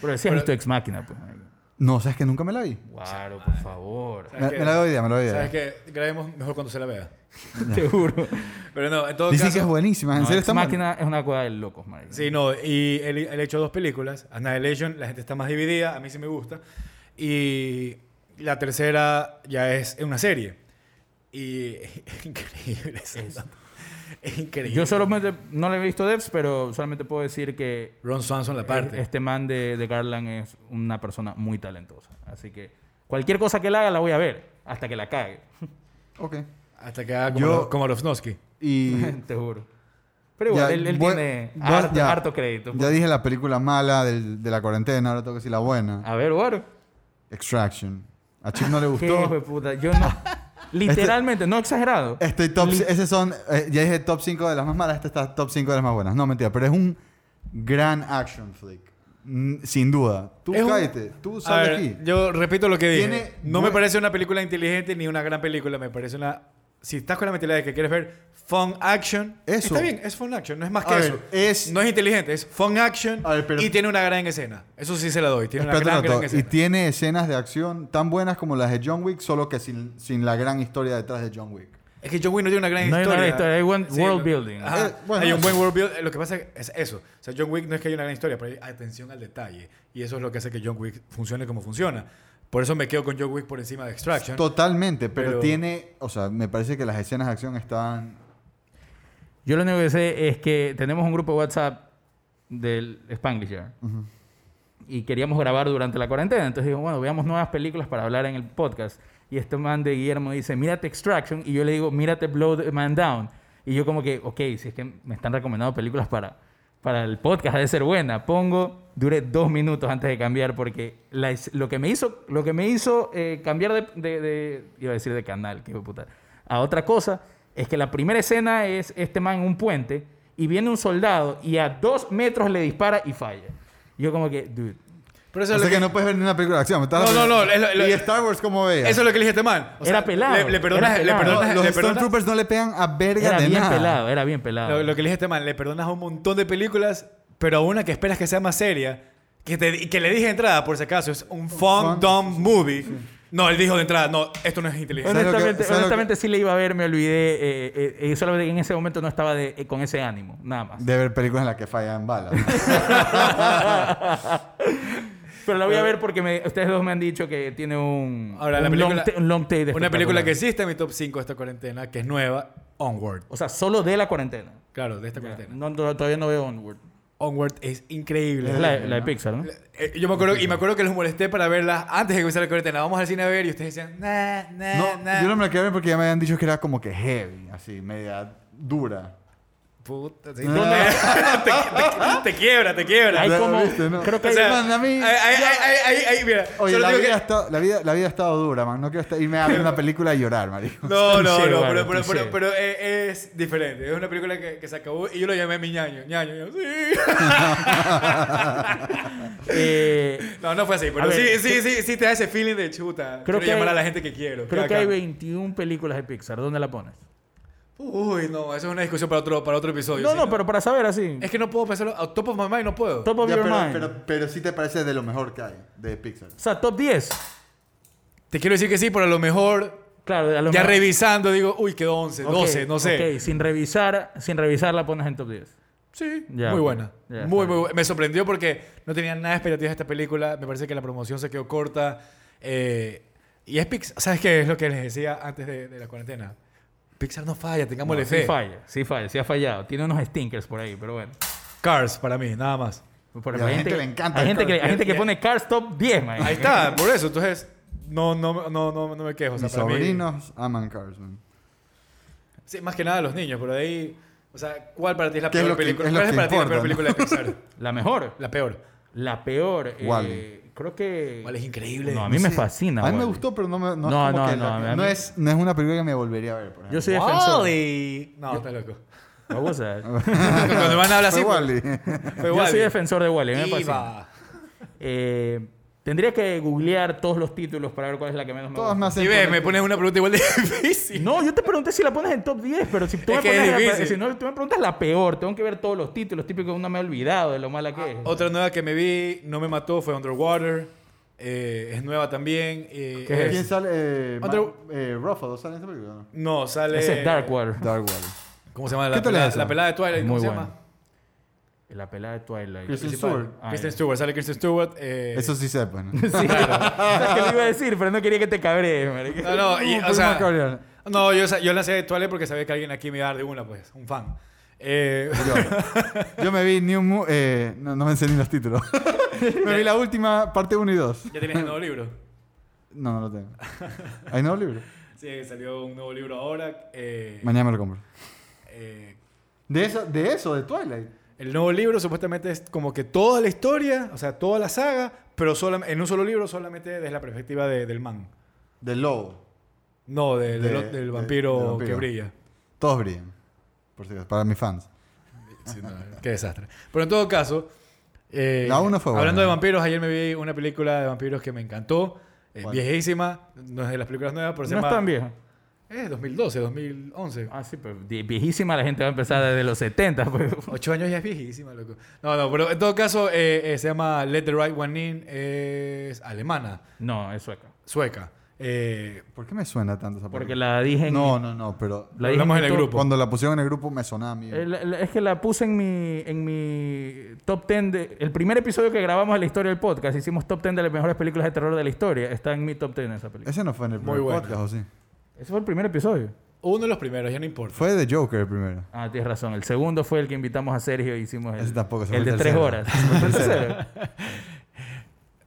Speaker 2: Pero si has visto Ex Máquina, pues. marico.
Speaker 1: No, ¿sabes que nunca me la vi?
Speaker 2: Guaro, por favor.
Speaker 1: Me,
Speaker 3: que-
Speaker 1: me la doy idea, me la doy idea.
Speaker 3: ¿Sabes qué? Grabemos mejor cuando se la vea.
Speaker 2: Te juro.
Speaker 3: Pero no, en todo
Speaker 1: Dicen
Speaker 3: caso-
Speaker 1: que es buenísima. ¿En
Speaker 2: No,
Speaker 1: serio
Speaker 2: Ex
Speaker 1: está mal?
Speaker 2: Máquina es una cosa de locos, Mario.
Speaker 3: Sí, no, y él, él ha hecho dos películas. Annihilation, la gente está más dividida, a mí sí me gusta. Y la tercera ya es una serie. Y es increíble esa nota. Es increíble.
Speaker 2: Yo solamente no le he visto Devs, pero solamente puedo decir que
Speaker 3: Ron Swanson, la parte.
Speaker 2: este man de, de Garland es una persona muy talentosa. Así que cualquier cosa que él haga la voy a ver hasta que la cague.
Speaker 1: Ok.
Speaker 3: Hasta que haga como,
Speaker 1: Yo-
Speaker 3: lo- como Lofnowski.
Speaker 1: Y...
Speaker 2: Te juro. Pero igual,
Speaker 1: Ya,
Speaker 2: él, él
Speaker 1: voy-
Speaker 2: tiene
Speaker 1: voy-
Speaker 2: harto,
Speaker 1: ya.
Speaker 2: harto crédito. pues.
Speaker 1: Ya dije la película mala del- de la cuarentena, ahora tengo que decir la buena.
Speaker 2: A ver, Guaro.
Speaker 1: Extraction. A Chip no le
Speaker 2: Ah. ¿Qué
Speaker 1: gustó.
Speaker 2: hijo de puta? Yo no... Literalmente, no exagerado.
Speaker 1: Estoy Este top. Esos son. eh, ya dije top 5 de las más malas. Este está top 5 de las más buenas. No, mentira. Pero es un gran action flick. Mm, Sin duda. Tú
Speaker 3: Es un-
Speaker 1: cállate. Tú
Speaker 3: A
Speaker 1: sal de
Speaker 3: ver,
Speaker 1: aquí.
Speaker 3: yo repito lo que dije.
Speaker 1: Tiene
Speaker 3: no
Speaker 1: buen-
Speaker 3: me parece una película inteligente ni una gran película. Me parece una... Si estás con la mentalidad de que quieres ver fun action,
Speaker 1: Eso.
Speaker 3: está bien, es fun action, no es más que
Speaker 1: A ver,
Speaker 3: eso.
Speaker 1: es-
Speaker 3: No es inteligente, es fun action
Speaker 1: A ver, pero-
Speaker 3: y tiene una gran escena. Eso sí se la doy, tiene
Speaker 1: Espérate
Speaker 3: una
Speaker 1: un
Speaker 3: gran, gran
Speaker 1: rato.
Speaker 3: escena.
Speaker 1: Y tiene escenas de acción tan buenas como las de John Wick, solo que sin, sin la gran historia detrás de John Wick.
Speaker 3: Es que John Wick no tiene una gran
Speaker 2: No hay una
Speaker 3: historia.
Speaker 2: gran historia, hay buen world building.
Speaker 3: ajá,
Speaker 1: Eh, bueno,
Speaker 3: hay un
Speaker 1: eso.
Speaker 3: buen world building. Lo que pasa es eso. O sea, John Wick no es que haya una gran historia, pero hay atención al detalle. Y eso es lo que hace que John Wick funcione como funciona. Por eso me quedo con John Wick por encima de Extraction.
Speaker 1: Totalmente, pero,
Speaker 3: Pero-
Speaker 1: tiene. O sea, me parece que las escenas de acción están.
Speaker 2: Yo lo único que sé es que tenemos un grupo de WhatsApp del Spanglish Yard. Y queríamos grabar durante la cuarentena. Entonces digo, bueno, veamos nuevas películas para hablar en el podcast. Y este man de Guillermo dice, mírate Extraction. Y yo le digo, mírate Blow the Man Down. Y yo como que, ok, si es que me están recomendando películas para, para el podcast, ha de ser buena. Pongo, duré dos minutos antes de cambiar porque la es- lo que me hizo, lo que me hizo eh, cambiar de, de- de- iba a decir de canal, que puta, a otra cosa, es que la primera escena es este man en un puente y viene un soldado y a dos metros le dispara y falla. Yo como que, dude,
Speaker 3: Pero eso
Speaker 1: O
Speaker 3: es
Speaker 1: sea
Speaker 3: lo
Speaker 1: que,
Speaker 3: que,
Speaker 1: no puedes ver ni una película de acción. me estás-
Speaker 3: No, no, no, es lo- lo-
Speaker 1: y Star Wars, como veías.
Speaker 3: eso es lo que le dije a este man. O
Speaker 2: Era pelado,
Speaker 3: Le, le perdonas,
Speaker 2: era pelado.
Speaker 3: Le
Speaker 1: No,
Speaker 3: perdonas,
Speaker 1: los
Speaker 3: le perdonas,
Speaker 1: Stormtroopers no le pegan a verga
Speaker 2: era
Speaker 1: de
Speaker 2: bien
Speaker 1: nada.
Speaker 2: pelado, era bien pelado.
Speaker 3: lo, lo que le dije a este man, le perdonas a un montón de películas, pero a una que esperas que sea más seria, que, te, y que le dije de entrada, por si acaso, es un fun,
Speaker 1: Fun.
Speaker 3: dumb movie. No, él dijo de entrada, no, esto no es inteligente.
Speaker 1: ¿Sabes lo que-
Speaker 2: honestamente,
Speaker 1: sabes lo que-
Speaker 2: honestamente sí le iba a ver, me olvidé. eh, eh, eh, solamente que en ese momento no estaba de- eh, con ese ánimo, nada más.
Speaker 1: De ver películas en las que fallan balas.
Speaker 2: Pero la voy a ver porque me- ustedes dos me han dicho que tiene un,
Speaker 3: Ahora,
Speaker 2: un
Speaker 3: la película-
Speaker 2: long, ta- un long take de
Speaker 3: Una película que
Speaker 2: espectacular.
Speaker 3: sí está en mi top 5 de esta cuarentena, que es nueva, Onward.
Speaker 2: O sea, solo de la cuarentena.
Speaker 3: Claro, de esta
Speaker 2: Ya,
Speaker 3: cuarentena.
Speaker 2: no, no, todavía no veo Onward.
Speaker 3: Onward es increíble.
Speaker 2: Es la, la de Pixar, ¿no?
Speaker 3: Eh, Yo me acuerdo, y me acuerdo que los molesté para verla antes de que comenzara la cuarentena. Vamos al cine a ver y ustedes decían, nah, nah,
Speaker 1: No,
Speaker 3: nah.
Speaker 1: yo no me la quería ver porque ya me habían dicho que era como que heavy, así, media dura.
Speaker 3: Puta, sí, ¿dónde? te, te- te quiebra, te quiebra.
Speaker 2: Hay
Speaker 1: Ya lo
Speaker 2: como-
Speaker 1: viste, ¿no?
Speaker 2: creo que
Speaker 1: O
Speaker 2: hay-
Speaker 1: sea,
Speaker 2: Man,
Speaker 1: man, a mí-
Speaker 3: Ahí, ahí, ahí, ahí, ahí, mira.
Speaker 1: Oye,
Speaker 3: solo
Speaker 1: la
Speaker 3: digo
Speaker 1: vida,
Speaker 3: que-
Speaker 1: ha estado, la, vida, la vida ha estado dura, man. No quiero estar- irme a ver una película y llorar, marico.
Speaker 3: No, no,
Speaker 2: Cliché,
Speaker 3: no,
Speaker 2: vale,
Speaker 3: pero, pero,
Speaker 2: cliché.
Speaker 3: pero, pero, eh, es diferente. Es una película que, que se acabó y yo lo llamé mi ñaño. ñaño, yo, sí.
Speaker 2: Eh,
Speaker 3: No, no fue así, pero
Speaker 2: A
Speaker 3: sí,
Speaker 2: ver,
Speaker 3: sí, sí, sí te da ese feeling de chuta.
Speaker 2: Creo
Speaker 3: Creo
Speaker 2: que
Speaker 3: quiero llamar
Speaker 2: hay-
Speaker 3: a la gente que quiero.
Speaker 2: creo
Speaker 3: Qué
Speaker 2: que hay
Speaker 3: bacán.
Speaker 2: 21 películas de Pixar. ¿Dónde la pones?
Speaker 3: Uy, no, eso es una discusión para otro, para otro episodio.
Speaker 2: No,
Speaker 3: sí,
Speaker 2: no, pero para saber así.
Speaker 3: Es que no puedo pensarlo. A top of my mind no puedo.
Speaker 2: Top of
Speaker 1: Ya,
Speaker 2: your
Speaker 1: pero,
Speaker 2: mind.
Speaker 1: pero, pero sí te parece de lo mejor que hay de Pixar.
Speaker 2: o sea, top 10.
Speaker 3: Te quiero decir que sí, pero a lo mejor...
Speaker 2: Claro, a lo
Speaker 3: Ya
Speaker 2: mejor-
Speaker 3: revisando digo, uy, quedó 11,
Speaker 2: Ok,
Speaker 3: 12, no sé.
Speaker 2: Ok, sin revisar, sin revisar la pones en top 10.
Speaker 3: Sí,
Speaker 2: Ya,
Speaker 3: muy
Speaker 2: ok.
Speaker 3: buena.
Speaker 2: Ya, está
Speaker 3: muy, muy
Speaker 2: bien.
Speaker 3: buena. Me sorprendió porque no tenía nada de expectativas de esta película. Me parece que la promoción se quedó corta. Eh, y es Pixar. ¿Sabes qué es lo que les decía antes de, de la cuarentena? Pixar no falla, tengámosle
Speaker 2: No,
Speaker 3: fe.
Speaker 2: Sí falla, sí falla, sí ha fallado. Tiene unos stinkers por ahí, pero bueno.
Speaker 3: Cars, para mí, nada más.
Speaker 2: Por
Speaker 1: Y
Speaker 2: ejemplo,
Speaker 1: a la
Speaker 2: hay
Speaker 1: gente le encanta
Speaker 2: Hay
Speaker 1: el
Speaker 2: gente que,
Speaker 1: Cars.
Speaker 2: hay gente que
Speaker 3: Ya-
Speaker 2: pone Cars top 10, man.
Speaker 3: Ahí está, por eso. Entonces, no, no, no, no, no me quejo. O sea,
Speaker 1: Mis
Speaker 3: para mí-
Speaker 1: sobrinos aman Cars, man.
Speaker 3: sí, más que nada los niños, pero de ahí. O sea, ¿cuál para ti es la
Speaker 1: ¿Qué es
Speaker 3: peor
Speaker 1: lo que-
Speaker 3: película?
Speaker 1: es lo
Speaker 3: ¿Cuál es
Speaker 1: que
Speaker 3: para ti la peor
Speaker 1: importa,
Speaker 3: película de Pixar?
Speaker 2: La mejor.
Speaker 3: La peor.
Speaker 2: La peor. eh,
Speaker 1: Wall-E.
Speaker 2: creo que.
Speaker 3: ¿Cuál es increíble?
Speaker 2: No, a mí me fascina.
Speaker 1: A mí me
Speaker 2: Wall-E.
Speaker 1: gustó, pero no me. No,
Speaker 2: No,
Speaker 1: es, como
Speaker 2: no,
Speaker 1: que
Speaker 2: no,
Speaker 1: la-
Speaker 2: a mí- a mí-
Speaker 1: no es, no es una película que me volvería a ver, por ejemplo.
Speaker 2: Yo soy defensor.
Speaker 3: Wall-E. No, está loco.
Speaker 2: What was that?
Speaker 3: Cuando van a hablar así.
Speaker 1: Fue
Speaker 3: pues,
Speaker 1: Wall-E.
Speaker 3: fue
Speaker 2: Yo soy
Speaker 3: Wall-E.
Speaker 2: defensor de Wally. Me fascina.
Speaker 3: Iba.
Speaker 2: Eh, tendría que googlear todos los títulos para ver cuál es la que menos me
Speaker 1: Todas me
Speaker 2: gusta.
Speaker 1: hacen.
Speaker 3: Y ves,
Speaker 1: correcto.
Speaker 3: me pones una pregunta igual de difícil.
Speaker 2: No, yo te pregunté si la pones en top 10, pero si tú,
Speaker 3: Es
Speaker 2: me,
Speaker 3: que es
Speaker 2: pones la-
Speaker 3: difícil.
Speaker 2: si no, tú me preguntas la peor, tengo que ver todos los títulos, típico una me he olvidado de lo mala que es.
Speaker 3: Otra nueva que me vi, no me mató, fue Underwater. Eh, es nueva también. eh,
Speaker 2: ¿Qué
Speaker 1: ¿Quién
Speaker 3: es-
Speaker 1: sale? Eh, Ma-
Speaker 3: Otro-
Speaker 1: eh, Ruffalo sale en esa película. ¿no?
Speaker 3: No, sale.
Speaker 2: Ese es Dark Water.
Speaker 1: Dark Wall.
Speaker 3: ¿Cómo se llama? La,
Speaker 1: ¿Qué tal
Speaker 3: pelada-
Speaker 1: es esa?
Speaker 3: la pelada de Twilight.
Speaker 2: Muy
Speaker 3: ¿Cómo se
Speaker 2: bueno.
Speaker 3: llama?
Speaker 2: La pelada de Twilight.
Speaker 1: Kristen
Speaker 2: Principal.
Speaker 1: Stewart.
Speaker 2: Ah,
Speaker 3: Kristen
Speaker 2: ya.
Speaker 3: Stewart. Sale Kristen Stewart. eh,
Speaker 1: Eso sí sé, pues. ¿no?
Speaker 2: Sí, claro. Es que lo iba a decir, pero no quería que te cabrees, marica.
Speaker 3: No, no, y,
Speaker 1: No,
Speaker 3: o
Speaker 1: pues,
Speaker 3: sea,
Speaker 1: no, cabrón.
Speaker 3: no, yo, sa- yo la hacía de Twilight porque sabía que alguien aquí me iba a dar de una, pues, un fan. Eh,
Speaker 1: Yo- Yo me vi New Moon. Eh, no, no me sé ni los títulos. me vi la última, parte 1 y 2.
Speaker 3: ya tienes el nuevo libro.
Speaker 1: No, no lo tengo. ¿Hay nuevo libro?
Speaker 3: Sí, salió un nuevo libro ahora. eh,
Speaker 1: Mañana me lo compro.
Speaker 3: eh,
Speaker 1: De eso, de eso, de Twilight.
Speaker 3: El nuevo libro supuestamente es como que toda la historia, o sea, toda la saga, pero solam- en un solo libro solamente desde la perspectiva de- del man.
Speaker 1: Del lobo.
Speaker 3: No, del- del-
Speaker 1: De-
Speaker 3: del,
Speaker 1: de-
Speaker 3: vampiro
Speaker 1: del vampiro.
Speaker 3: que brilla.
Speaker 1: Todos brillan. Por cierto, para mis fans.
Speaker 3: Qué desastre. Pero en todo caso, eh,
Speaker 1: La uno fue buena.
Speaker 3: hablando de vampiros, ayer me vi una película de vampiros que me encantó, eh,
Speaker 1: ¿Cuál?
Speaker 3: viejísima, no es de las películas nuevas, pero se
Speaker 2: No es
Speaker 3: llama... Eh,
Speaker 2: tan vieja.
Speaker 3: Es 2012, 2011.
Speaker 2: Ah, sí, pero de- viejísima la gente va a empezar desde los 70, pues.
Speaker 3: Ocho años ya es viejísima, loco. No, no, pero en todo caso eh, eh, se llama Let the Right One In, es alemana,
Speaker 2: No, es sueca.
Speaker 3: sueca. Eh,
Speaker 1: ¿Por qué me suena tanto esa
Speaker 2: Porque
Speaker 1: película?
Speaker 2: la dije en...
Speaker 1: No, no, no, pero.
Speaker 2: la dije
Speaker 3: Hablamos en
Speaker 2: mi
Speaker 3: el
Speaker 2: top-
Speaker 3: grupo.
Speaker 1: Cuando la pusieron en el grupo me sonaba a mí.
Speaker 2: Eh, la- la- es que la puse en mi, en mi top 10 de... El primer episodio que grabamos de la historia del podcast, hicimos top 10 de las mejores películas de terror de la historia. Está en mi top 10 esa película.
Speaker 1: Ese no fue en el
Speaker 3: Muy
Speaker 1: primer
Speaker 3: buena.
Speaker 1: podcast, ¿o sí?
Speaker 2: Ese fue el primer episodio.
Speaker 3: Uno de los primeros, ya no importa.
Speaker 1: Fue de Joker el primero.
Speaker 2: Ah, tienes razón. El segundo fue el que invitamos a Sergio y hicimos el,
Speaker 1: Ese tampoco, ese fue
Speaker 2: el de
Speaker 1: el
Speaker 2: tres
Speaker 1: tercero.
Speaker 2: horas. Ese fue el tercero.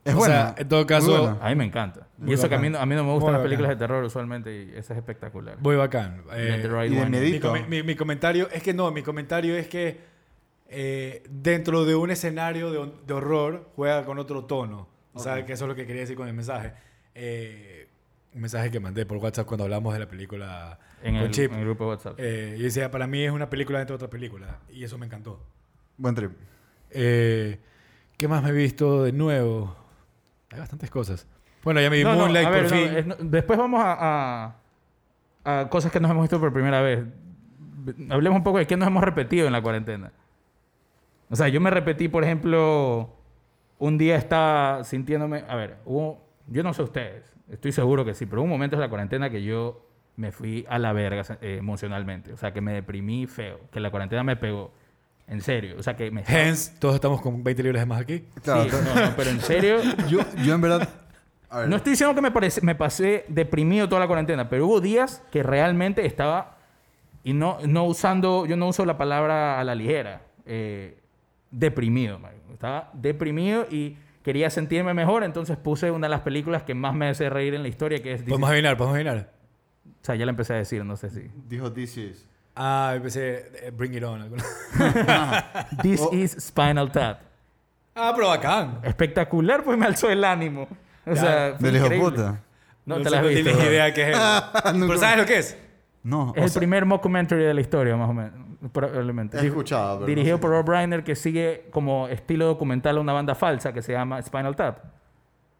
Speaker 1: Es
Speaker 3: O
Speaker 1: buena.
Speaker 3: sea, en todo
Speaker 1: muy
Speaker 3: caso-
Speaker 1: buena.
Speaker 2: A mí me encanta. Y
Speaker 1: Muy
Speaker 2: eso que a mí, no- a mí no me gustan
Speaker 3: Muy
Speaker 2: las
Speaker 3: bacán.
Speaker 2: películas de terror usualmente y esa es espectacular.
Speaker 3: Muy bacán. Eh,
Speaker 2: Let the right
Speaker 1: y de
Speaker 2: one in.
Speaker 1: medito.
Speaker 3: mi, come- mi- mi comentario es que no, mi comentario es que eh, dentro de un escenario de, de horror juega con otro tono. O sea,
Speaker 1: Ok.
Speaker 3: que eso es lo que quería decir con el mensaje. Eh, un mensaje que mandé por WhatsApp cuando hablamos de la película
Speaker 2: en,
Speaker 3: con
Speaker 2: el,
Speaker 3: Chip.
Speaker 2: en el grupo de WhatsApp.
Speaker 3: Eh, y decía, para mí es una película dentro de otra película. Y eso me encantó.
Speaker 1: Buen trip.
Speaker 3: Eh, ¿Qué más me he visto de nuevo? Hay bastantes cosas. Bueno, ya me vi
Speaker 2: No, no,
Speaker 3: Moonlight
Speaker 2: a ver,
Speaker 3: por
Speaker 2: no,
Speaker 3: fin.
Speaker 2: es- no, después vamos a, a- a cosas que nos hemos visto por primera vez. B- Hablemos un poco de qué nos hemos repetido en la cuarentena. O sea, yo me repetí, por ejemplo, un día estaba sintiéndome. A ver, hubo. Yo no sé ustedes, estoy seguro que sí, pero hubo un momento en la cuarentena que yo me fui a la verga eh, emocionalmente. O sea, que me deprimí feo, que la cuarentena me pegó. En serio, o sea, que me.
Speaker 3: Hence, todos estamos con 20 libras de más aquí.
Speaker 1: Claro,
Speaker 2: Sí,
Speaker 1: to-
Speaker 2: no, no, pero en serio.
Speaker 1: Yo, yo en verdad. A ver,
Speaker 2: No estoy diciendo que me, parece, me pasé deprimido toda la cuarentena, pero hubo días que realmente estaba. Y no, no usando. Yo no uso la palabra a la ligera. eh, deprimido, marico. Estaba deprimido y quería sentirme mejor, entonces puse una de las películas que más me hace reír en la historia, que es... This Is-
Speaker 3: Podemos adivinar, podemos adivinar.
Speaker 2: O sea, ya la empecé a decir, no sé si...
Speaker 1: Dijo This is.
Speaker 3: Ah, empecé eh, Bring It On. alguna-
Speaker 2: This
Speaker 1: Oh.
Speaker 2: is Spinal Tap.
Speaker 3: ah, pero bacán.
Speaker 2: Espectacular, pues me alzó el ánimo. O sea, fue
Speaker 1: Del hijo
Speaker 2: increíble.
Speaker 1: puta.
Speaker 2: No, te
Speaker 3: sé,
Speaker 2: la has visto.
Speaker 3: tienes
Speaker 2: bro.
Speaker 3: idea qué es eso. pero
Speaker 1: Nunca-
Speaker 3: ¿sabes lo que es?
Speaker 1: No,
Speaker 2: Es
Speaker 1: o
Speaker 2: el
Speaker 1: sea,
Speaker 2: primer mockumentary de la historia, más o menos. Probablemente.
Speaker 1: He
Speaker 2: Di-
Speaker 1: escuchado, pero no
Speaker 2: Dirigido
Speaker 1: sé.
Speaker 2: por Rob Reiner, que sigue como estilo documental a una banda falsa que se llama Spinal Tap.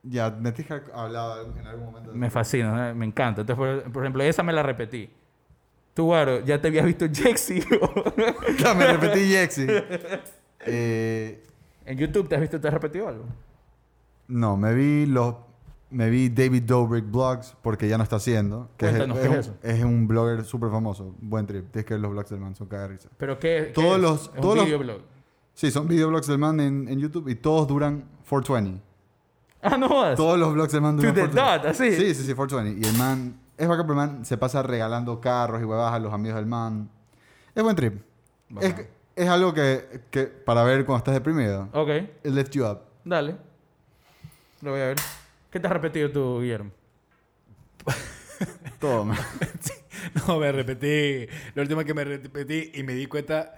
Speaker 1: ya me tienes que hablado en algún momento. de-
Speaker 2: Me fascina, ¿eh? me encanta. Entonces, por, por ejemplo, esa me la repetí. Tú, Guaro, ya te habías visto Jexy.
Speaker 1: Ya, me repetí Jexi. Eh,
Speaker 2: en YouTube te has visto, te has repetido algo.
Speaker 1: no, me vi los me vi David Dobrik blogs porque ya no está haciendo. que es-
Speaker 2: Cuéntanos,
Speaker 1: es,
Speaker 2: ¿qué
Speaker 1: un-
Speaker 2: es eso?
Speaker 1: es un blogger súper famoso. Buen trip. Tienes que ver los blogs del man, son cada risa.
Speaker 2: Pero qué, qué
Speaker 1: Todos
Speaker 2: es?
Speaker 1: los-
Speaker 2: Es
Speaker 1: todos
Speaker 2: un
Speaker 1: los-
Speaker 2: videoblog.
Speaker 1: Sí, son videoblogs del man en, en YouTube y todos duran 420.
Speaker 2: Ah, no jodas.
Speaker 1: Todos los blogs del man
Speaker 2: To
Speaker 1: duran
Speaker 2: the
Speaker 1: 420.
Speaker 2: dot, así.
Speaker 1: Sí, sí, sí, 420. Y el man, es bacán, pero el man se pasa regalando carros y huevadas a los amigos del man. Es buen trip. Es,
Speaker 2: Bacán.
Speaker 1: es algo que, que para ver cuando estás deprimido.
Speaker 2: Ok,
Speaker 1: It lifts you up.
Speaker 2: dale. Lo voy a ver. ¿Qué te has repetido tú, Guillermo?
Speaker 1: Todo, man.
Speaker 3: No, me repetí. La última que me repetí y me di cuenta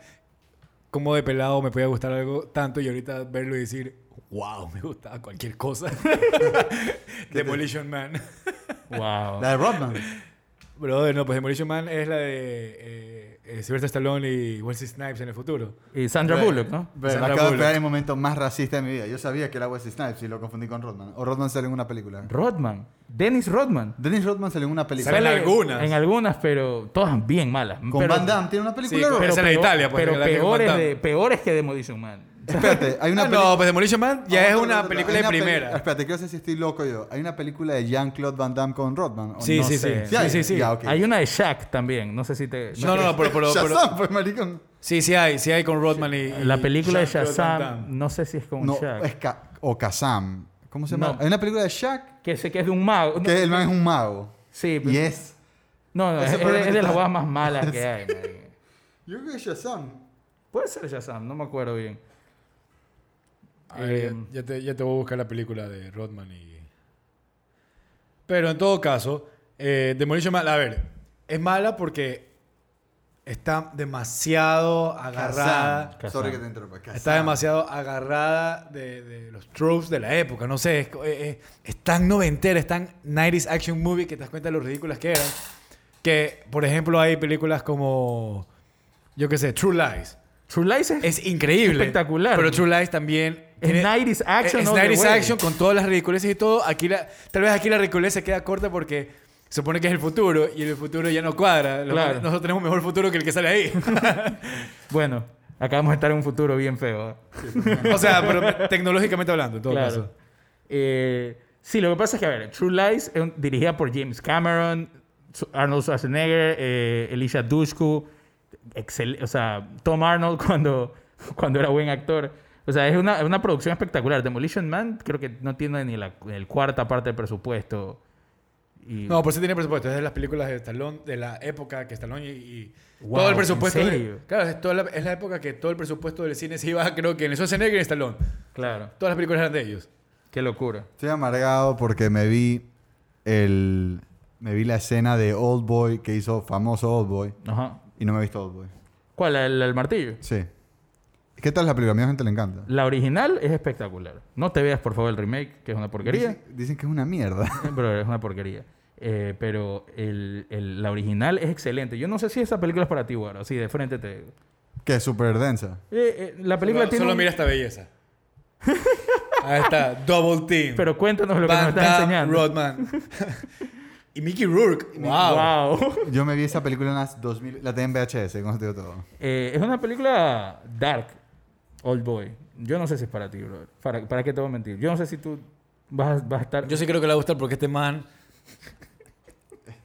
Speaker 3: cómo de pelado me podía gustar algo tanto y ahorita verlo y decir, wow, me gustaba cualquier cosa. Demolition Man.
Speaker 2: Wow.
Speaker 1: La de Rodman.
Speaker 3: Brother, no, pues Demolition Man es la de eh, eh, Sylvester Stallone y Wesley Snipes en el futuro.
Speaker 2: Y Sandra
Speaker 1: Bueno.
Speaker 2: Bullock, ¿no?
Speaker 1: Pero
Speaker 3: Sandra
Speaker 1: me acabo de
Speaker 3: Bullock.
Speaker 1: pegar el momento más racista de mi vida. Yo sabía que era Wesley Snipes y lo confundí con Rodman. O Rodman salió en una película.
Speaker 2: Rodman. Dennis Rodman.
Speaker 1: Dennis Rodman salió en una película.
Speaker 3: Sale- En
Speaker 2: Sale-
Speaker 3: algunas.
Speaker 2: En algunas, pero todas bien malas.
Speaker 1: Con
Speaker 2: pero,
Speaker 1: Van Damme. ¿Tiene una película?
Speaker 3: Sí,
Speaker 1: bro?
Speaker 3: pero- Esa era de
Speaker 2: peor-
Speaker 3: Italia, pues,
Speaker 2: Pero
Speaker 3: la que es
Speaker 2: peores,
Speaker 3: Van Damme.
Speaker 2: de, peores que Demolition Man.
Speaker 1: Espérate, hay una
Speaker 3: Ah,
Speaker 1: película...
Speaker 3: no, pues Demolition Man ya es una película
Speaker 1: Hay
Speaker 3: de
Speaker 1: una peli- Ah,
Speaker 3: primera.
Speaker 1: Espérate, quiero saber si estoy loco yo. Hay una película de Jean-Claude Van Damme con Rodman. ¿o
Speaker 3: Sí,
Speaker 1: no?
Speaker 3: sí, sí,
Speaker 2: sé.
Speaker 3: sí.
Speaker 1: Ya,
Speaker 3: Sí, sí, sí.
Speaker 1: ya, ok.
Speaker 2: Hay una de Shaq también. No sé si te...
Speaker 3: No, no, no, pero, pero- pero-
Speaker 1: Shazam, pues, maricón.
Speaker 3: Sí, sí hay, sí hay con Rodman y.
Speaker 2: La película de
Speaker 3: Jean-Claude Van Damme.
Speaker 2: Shazam, no sé si es con
Speaker 1: No,
Speaker 2: Shaq.
Speaker 1: es Ka- o Kazam. ¿Cómo se llama?
Speaker 2: No.
Speaker 1: Hay una película de Shaq
Speaker 2: Que sé que es de un mago.
Speaker 1: que el man es un mago.
Speaker 2: Sí,
Speaker 3: pues.
Speaker 1: Y es...
Speaker 2: no, no,
Speaker 1: Ese
Speaker 2: es, es de-
Speaker 1: probablemente
Speaker 2: es de las
Speaker 1: está-
Speaker 2: huevas más malas que hay. marico.
Speaker 1: Yo creo que es Shazam.
Speaker 2: Puede ser Shazam, no me acuerdo bien.
Speaker 3: A ver,
Speaker 2: Eh,
Speaker 3: ya, te, ya te voy a buscar la película de Rodman y... Pero en todo caso, eh, Demolition Man, a ver, es mala porque está demasiado agarrada.
Speaker 1: Kazam. Sorry que te interrumpa. Kazam.
Speaker 3: Está demasiado agarrada de, de los tropes de la época. No sé, es, co- eh, eh, es tan noventera, es tan 90s action movie que te das cuenta de lo ridículas que eran. Que, por ejemplo, hay películas como, yo qué sé, True Lies.
Speaker 2: True Lies es,
Speaker 3: Es increíble.
Speaker 2: Espectacular.
Speaker 3: Pero True Lies también.
Speaker 2: Es 90s action
Speaker 3: Es
Speaker 2: all the
Speaker 3: 90s
Speaker 2: way.
Speaker 3: action con todas las ridiculeces y todo. Aquí la, tal vez aquí la ridiculez se queda corta porque se supone que es el futuro y el futuro ya no cuadra. Lo-
Speaker 2: Claro.
Speaker 3: Nosotros tenemos mejor futuro que el que sale ahí.
Speaker 2: Bueno, acabamos de estar en un futuro bien feo. ¿eh?
Speaker 3: o sea, pero tecnológicamente hablando, en todo
Speaker 2: Claro.
Speaker 3: caso.
Speaker 2: Eh, sí, lo que pasa es que, a ver, True Lies es un- dirigida por James Cameron, Su- Arnold Schwarzenegger, eh, Elisha Dushku, excel- o sea, Tom Arnold cuando, cuando era buen actor. O sea, es una, es una producción espectacular. Demolition Man creo que no tiene ni la el cuarta parte del presupuesto. Y,
Speaker 3: No, por eso tiene presupuesto. Es de las películas de Stallone, de la época que Stallone y. y
Speaker 2: Wow,
Speaker 3: todo el
Speaker 2: ¿en
Speaker 3: presupuesto. de-
Speaker 2: serio?
Speaker 3: claro, es, toda la, es la época que todo el presupuesto del cine se iba, creo que en el Schwarzenegger y en Stallone.
Speaker 2: Claro,
Speaker 3: Todas las películas eran de ellos.
Speaker 2: qué locura.
Speaker 1: Estoy amargado porque me vi el me vi la escena de Old Boy que hizo famoso Old Boy
Speaker 2: Ajá.
Speaker 1: y no me he visto Old Boy.
Speaker 2: ¿Cuál? ¿El, el martillo?
Speaker 1: Sí. ¿Qué tal la película? A mí la gente le encanta.
Speaker 2: La original es espectacular. No te veas, por favor, el remake, que es una porquería.
Speaker 1: Dicen, dicen que es una mierda.
Speaker 2: Pero es una porquería. Eh, pero el, el- la original es excelente. Yo no sé si esa película es para ti, Guaro. Así de frente te digo.
Speaker 1: que es súper densa.
Speaker 2: Eh, eh, la película
Speaker 3: solo,
Speaker 2: tiene.
Speaker 3: solo
Speaker 2: un-
Speaker 3: mira esta belleza. Ahí está, Double Team.
Speaker 2: Pero cuéntanos lo que
Speaker 3: Van
Speaker 2: nos estás
Speaker 3: Damme,
Speaker 2: enseñando.
Speaker 3: Rodman. y Mickey Rourke. Wow.
Speaker 2: Wow.
Speaker 1: Yo me vi esa película en las 2000... La tenía en VHS, con eso te digo todo.
Speaker 2: Eh, es una película dark, old boy. Yo no sé si es para ti, bro. ¿Para, para qué te voy a mentir? Yo no sé si tú vas, a- vas a estar.
Speaker 3: Yo sí creo que le va a gustar porque este man.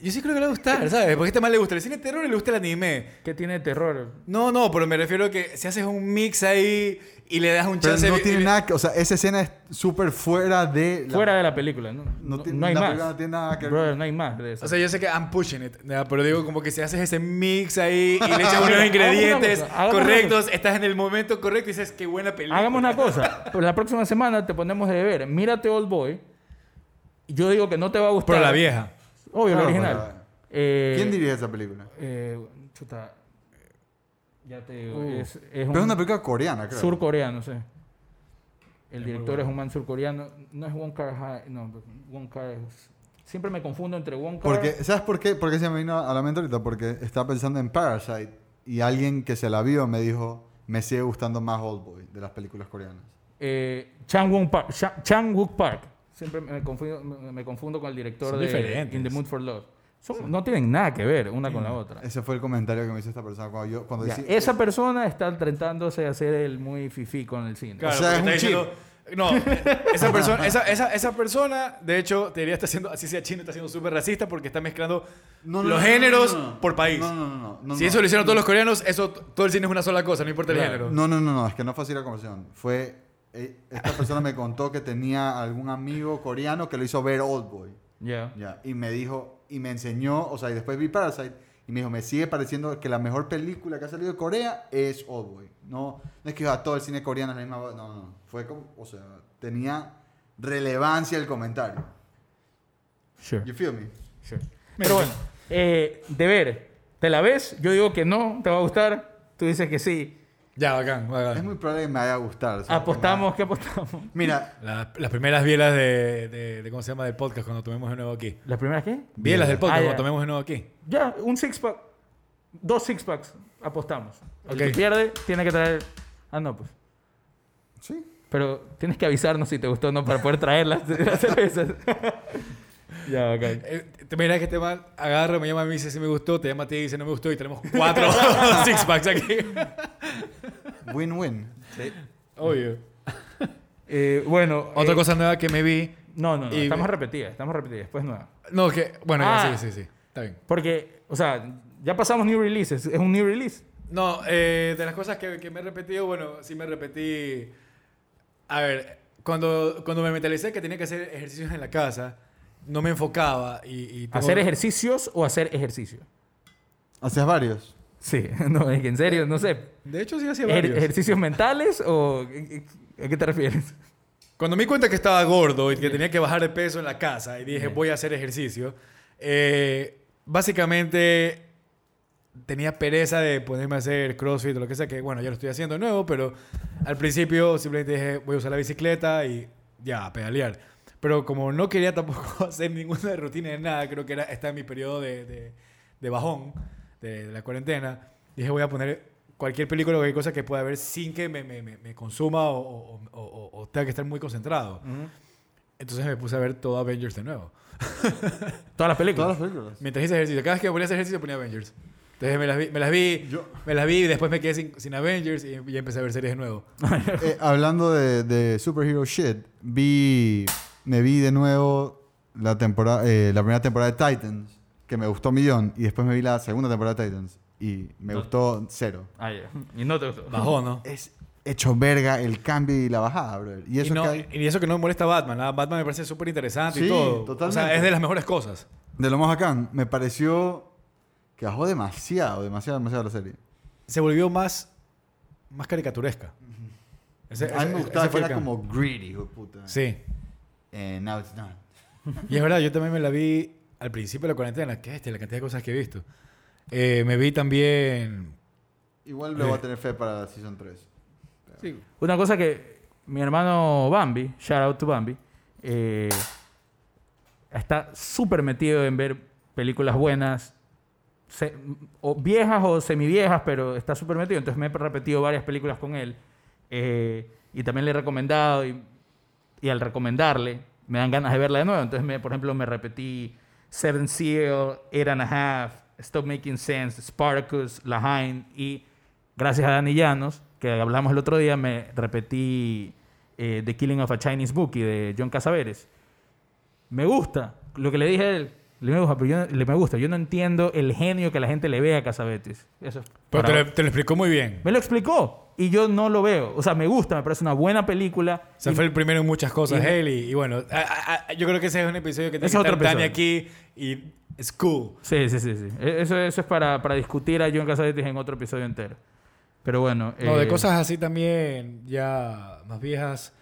Speaker 3: Yo sí creo que le va a gustar, ¿sabes? Porque a este más le gusta el cine de terror y le gusta el anime.
Speaker 2: ¿Qué tiene de terror?
Speaker 3: No, no, pero me refiero a que si haces un mix ahí y le das un
Speaker 1: Pero
Speaker 3: chance.
Speaker 1: no
Speaker 3: y-
Speaker 1: tiene
Speaker 3: y-
Speaker 1: nada que... O sea, esa escena es súper fuera de... la-
Speaker 2: Fuera de la película, ¿no?
Speaker 1: No
Speaker 2: No,
Speaker 1: tiene-
Speaker 2: no hay
Speaker 1: la
Speaker 2: más.
Speaker 1: película no tiene nada que ver.
Speaker 2: Brother, no hay más de eso.
Speaker 3: O sea, yo sé que I'm pushing it, ¿ya? pero digo como que si haces ese mix ahí y le echas
Speaker 2: Hagamos
Speaker 3: unos
Speaker 2: una
Speaker 3: ingredientes
Speaker 2: cosa, hagamos una
Speaker 3: correctos, estás en el momento correcto y dices, qué buena película.
Speaker 2: Hagamos una cosa. Pues La próxima semana te ponemos de deber. Mírate Old Boy. Yo digo que no te va a gustar.
Speaker 3: Pero la vieja.
Speaker 2: Obvio,
Speaker 1: Claro,
Speaker 2: la
Speaker 1: pero
Speaker 2: original.
Speaker 1: la-
Speaker 2: Eh,
Speaker 1: Ah, ¿Quién dirige esa película?
Speaker 2: eh, chuta. Ya te digo.
Speaker 1: Uh.
Speaker 2: es, es
Speaker 1: Pero es
Speaker 2: un
Speaker 1: una película coreana, creo.
Speaker 2: surcoreano, sí. El director es un man surcoreano. No es Wong Kar Hai. No, pues, Wong Kar es- Siempre me confundo entre Wong Kar.
Speaker 1: Porque, ¿Sabes por qué? Porque se me vino a la mente ahorita. Porque estaba pensando en Parasite y alguien que se la vio me dijo, me sigue gustando más Old Boy de las películas coreanas.
Speaker 2: eh, Chang Wook Park. Cha- Chang Wook Park. Siempre me confundo, me, me confundo con el director
Speaker 3: Son
Speaker 2: de
Speaker 3: diferentes.
Speaker 2: In the Mood for Love. Son- No tienen nada que ver una con la otra.
Speaker 1: Ese fue el comentario que me hizo esta persona cuando yo... Cuando
Speaker 2: Ya,
Speaker 1: decí-
Speaker 2: esa persona está intentándose de hacer el muy fifí con el cine.
Speaker 3: Claro,
Speaker 1: O sea,
Speaker 3: porque
Speaker 1: es un
Speaker 3: está diciendo- No, esa persona, esa, esa, esa persona, de hecho, te diría está siendo, así sea chino, está siendo súper racista porque está mezclando
Speaker 1: No, no,
Speaker 3: los
Speaker 1: no, no,
Speaker 3: géneros
Speaker 1: no, no.
Speaker 3: por país.
Speaker 1: No, no, no. no, no
Speaker 3: si
Speaker 1: no.
Speaker 3: eso lo hicieron todos los coreanos, eso todo el cine es una sola cosa, no importa el
Speaker 2: Claro.
Speaker 3: género.
Speaker 1: No, no, no, no, es que no fue así la conversación. Fue. eh, esta persona me contó que tenía algún amigo coreano que lo hizo ver Oldboy.
Speaker 2: Ya.
Speaker 1: Ya. Y me dijo, y me enseñó, o sea, y después vi Parasite. Y me dijo, me sigue pareciendo que la mejor película que ha salido de Corea es Oldboy. No, no es que a todo el cine coreano es la misma. No, no, no. Fue como, o sea, tenía relevancia el comentario.
Speaker 2: Sure,
Speaker 1: You feel me?
Speaker 2: sure. Pero bueno, eh, de ver, ¿te la ves? Yo digo que no, ¿te va a gustar? Tú dices que sí.
Speaker 3: Ya, bacán, bacán.
Speaker 1: Es muy probable que me vaya a gustar. solo que
Speaker 2: ¿Apostamos?
Speaker 1: nada.
Speaker 2: ¿Qué apostamos?
Speaker 1: Mira,
Speaker 3: La- las primeras bielas de, de, de- ¿cómo se llama? Del podcast cuando tomemos de nuevo aquí.
Speaker 2: ¿La primera qué?
Speaker 3: Bielas del podcast
Speaker 2: Ah, ya.
Speaker 3: cuando tomemos de nuevo aquí.
Speaker 2: Ya, un six pack. Dos six packs apostamos. El
Speaker 3: Ok.
Speaker 2: que pierde tiene que traer. Ah, no, pues.
Speaker 1: sí.
Speaker 2: Pero tienes que avisarnos si te gustó o no para poder traer las, las cervezas. ya, ok.
Speaker 3: Eh, te miras que este man agarra, me llama a mí dice si me gustó, te llama a ti y dice no me gustó y tenemos cuatro six packs aquí.
Speaker 1: Win-win.
Speaker 3: Obvio.
Speaker 2: Eh, bueno.
Speaker 3: Otra
Speaker 2: eh,
Speaker 3: cosa nueva que me vi.
Speaker 2: No, no, no.
Speaker 3: Y-
Speaker 2: Estamos repetidas, estamos repetidas. Después nueva.
Speaker 3: No, que. Bueno, ya,
Speaker 2: Ah.
Speaker 3: sí, sí, sí. Está bien.
Speaker 2: Porque, o sea, ya pasamos new releases. Es un new release.
Speaker 3: No, eh, de las cosas que, que me he repetido, bueno, sí me repetí. A ver, cuando, cuando me mentalicé que tenía que hacer ejercicios en la casa, no me enfocaba y. y tengo-
Speaker 2: ¿Hacer ejercicios o hacer ejercicio?
Speaker 1: Haces varios.
Speaker 2: Sí, no, es que en serio, no sé.
Speaker 3: De hecho, sí hacía
Speaker 2: Ejer-
Speaker 3: varios.
Speaker 2: ¿Ejercicios mentales o a qué te refieres?
Speaker 3: Cuando me di cuenta que estaba gordo y que tenía que bajar de peso en la casa y dije, voy a hacer ejercicio, eh, básicamente tenía pereza de ponerme a hacer crossfit o lo que sea, que bueno, ya lo estoy haciendo de nuevo, pero al principio simplemente dije, voy a usar la bicicleta y ya, a pedalear. Pero como no quería tampoco hacer ninguna rutina de nada, creo que era, está en mi periodo de, de- de bajón, de, de la cuarentena, dije, voy a poner cualquier película o cualquier cosa que pueda ver sin que me, me- me- me consuma o, o- o- o- o tenga que estar muy concentrado. Entonces me puse a ver todo Avengers de nuevo.
Speaker 2: Todas las películas.
Speaker 1: Todas las películas.
Speaker 3: Mientras hice ejercicio, cada vez que volví a hacer ejercicio ponía Avengers. Entonces me las vi, me las vi,
Speaker 1: Yo-
Speaker 3: me las vi y después me quedé sin, sin Avengers y ya empecé a ver series de nuevo.
Speaker 1: Eh, hablando de, de superhero shit, vi, me vi de nuevo la, temporada, eh, la primera temporada de Titans, que me gustó un millón, y después me vi la segunda temporada de Titans, y me
Speaker 2: No.
Speaker 1: gustó cero.
Speaker 2: Ah, ya. Y no te gustó.
Speaker 3: Bajó, ¿no?
Speaker 1: Es hecho verga el cambio y la bajada, brother. Y
Speaker 3: Y,
Speaker 1: eso
Speaker 3: no-
Speaker 1: que hay
Speaker 3: y eso que no me molesta a Batman. ¿ah? Batman me parece súper interesante
Speaker 1: Sí,
Speaker 3: y todo. O sea,
Speaker 1: totalmente.
Speaker 3: es de las mejores cosas.
Speaker 1: de lo más bacán, me pareció que bajó demasiado, demasiado, demasiado la serie.
Speaker 3: Se volvió más, más caricaturesca. Ese-
Speaker 1: a mí
Speaker 3: ese-
Speaker 1: me gustaba
Speaker 3: ese
Speaker 1: que
Speaker 3: fue el
Speaker 1: era
Speaker 3: cambio.
Speaker 1: como greedy, hijo de puta.
Speaker 3: Sí.
Speaker 1: Eh, now it's not.
Speaker 3: Y es verdad, yo también me la vi al principio de la cuarentena. ¿Qué este? La cantidad de cosas que he visto. Eh, me vi también...
Speaker 1: Igual le
Speaker 3: Sí.
Speaker 1: voy a tener fe para la Season 3.
Speaker 3: Sí.
Speaker 2: Una cosa que mi hermano Bambi, shout out to Bambi, eh, está súper metido en ver películas buenas, se- o viejas o semiviejas, pero está súper metido. Entonces me he repetido varias películas con él eh, y también le he recomendado y, y al recomendarle me dan ganas de verla de nuevo. Entonces, me, por ejemplo, me repetí Seven Seal, Eight and a Half, Stop Making Sense, Spartacus, La Haine y gracias a Dani Llanos, que hablamos el otro día, me repetí eh, The Killing of a Chinese Bookie de John Casaveres. Me gusta. Lo que le dije a él, Lemmy Bruja, pero yo, no- me gusta. Yo no entiendo el genio que la gente le ve a Casabetes. Eso es
Speaker 3: Pero
Speaker 2: para-
Speaker 3: te lo, te lo explicó muy bien.
Speaker 2: Me lo explicó y yo no lo veo. O sea, me gusta, me parece una buena película.
Speaker 3: O sea,
Speaker 2: Y-
Speaker 3: fue el primero en muchas cosas,
Speaker 2: y-
Speaker 3: él. Y, y bueno, a- a- a- yo creo que ese es un episodio que tiene
Speaker 2: Es
Speaker 3: que
Speaker 2: otro
Speaker 3: estar Tania aquí
Speaker 2: episodio.
Speaker 3: y es cool.
Speaker 2: Sí, sí, sí, sí. E- Eso, eso es para, para discutir a John Casabetes en otro episodio entero. Pero bueno.
Speaker 3: No, de
Speaker 2: eh,
Speaker 3: cosas así también, ya más viejas.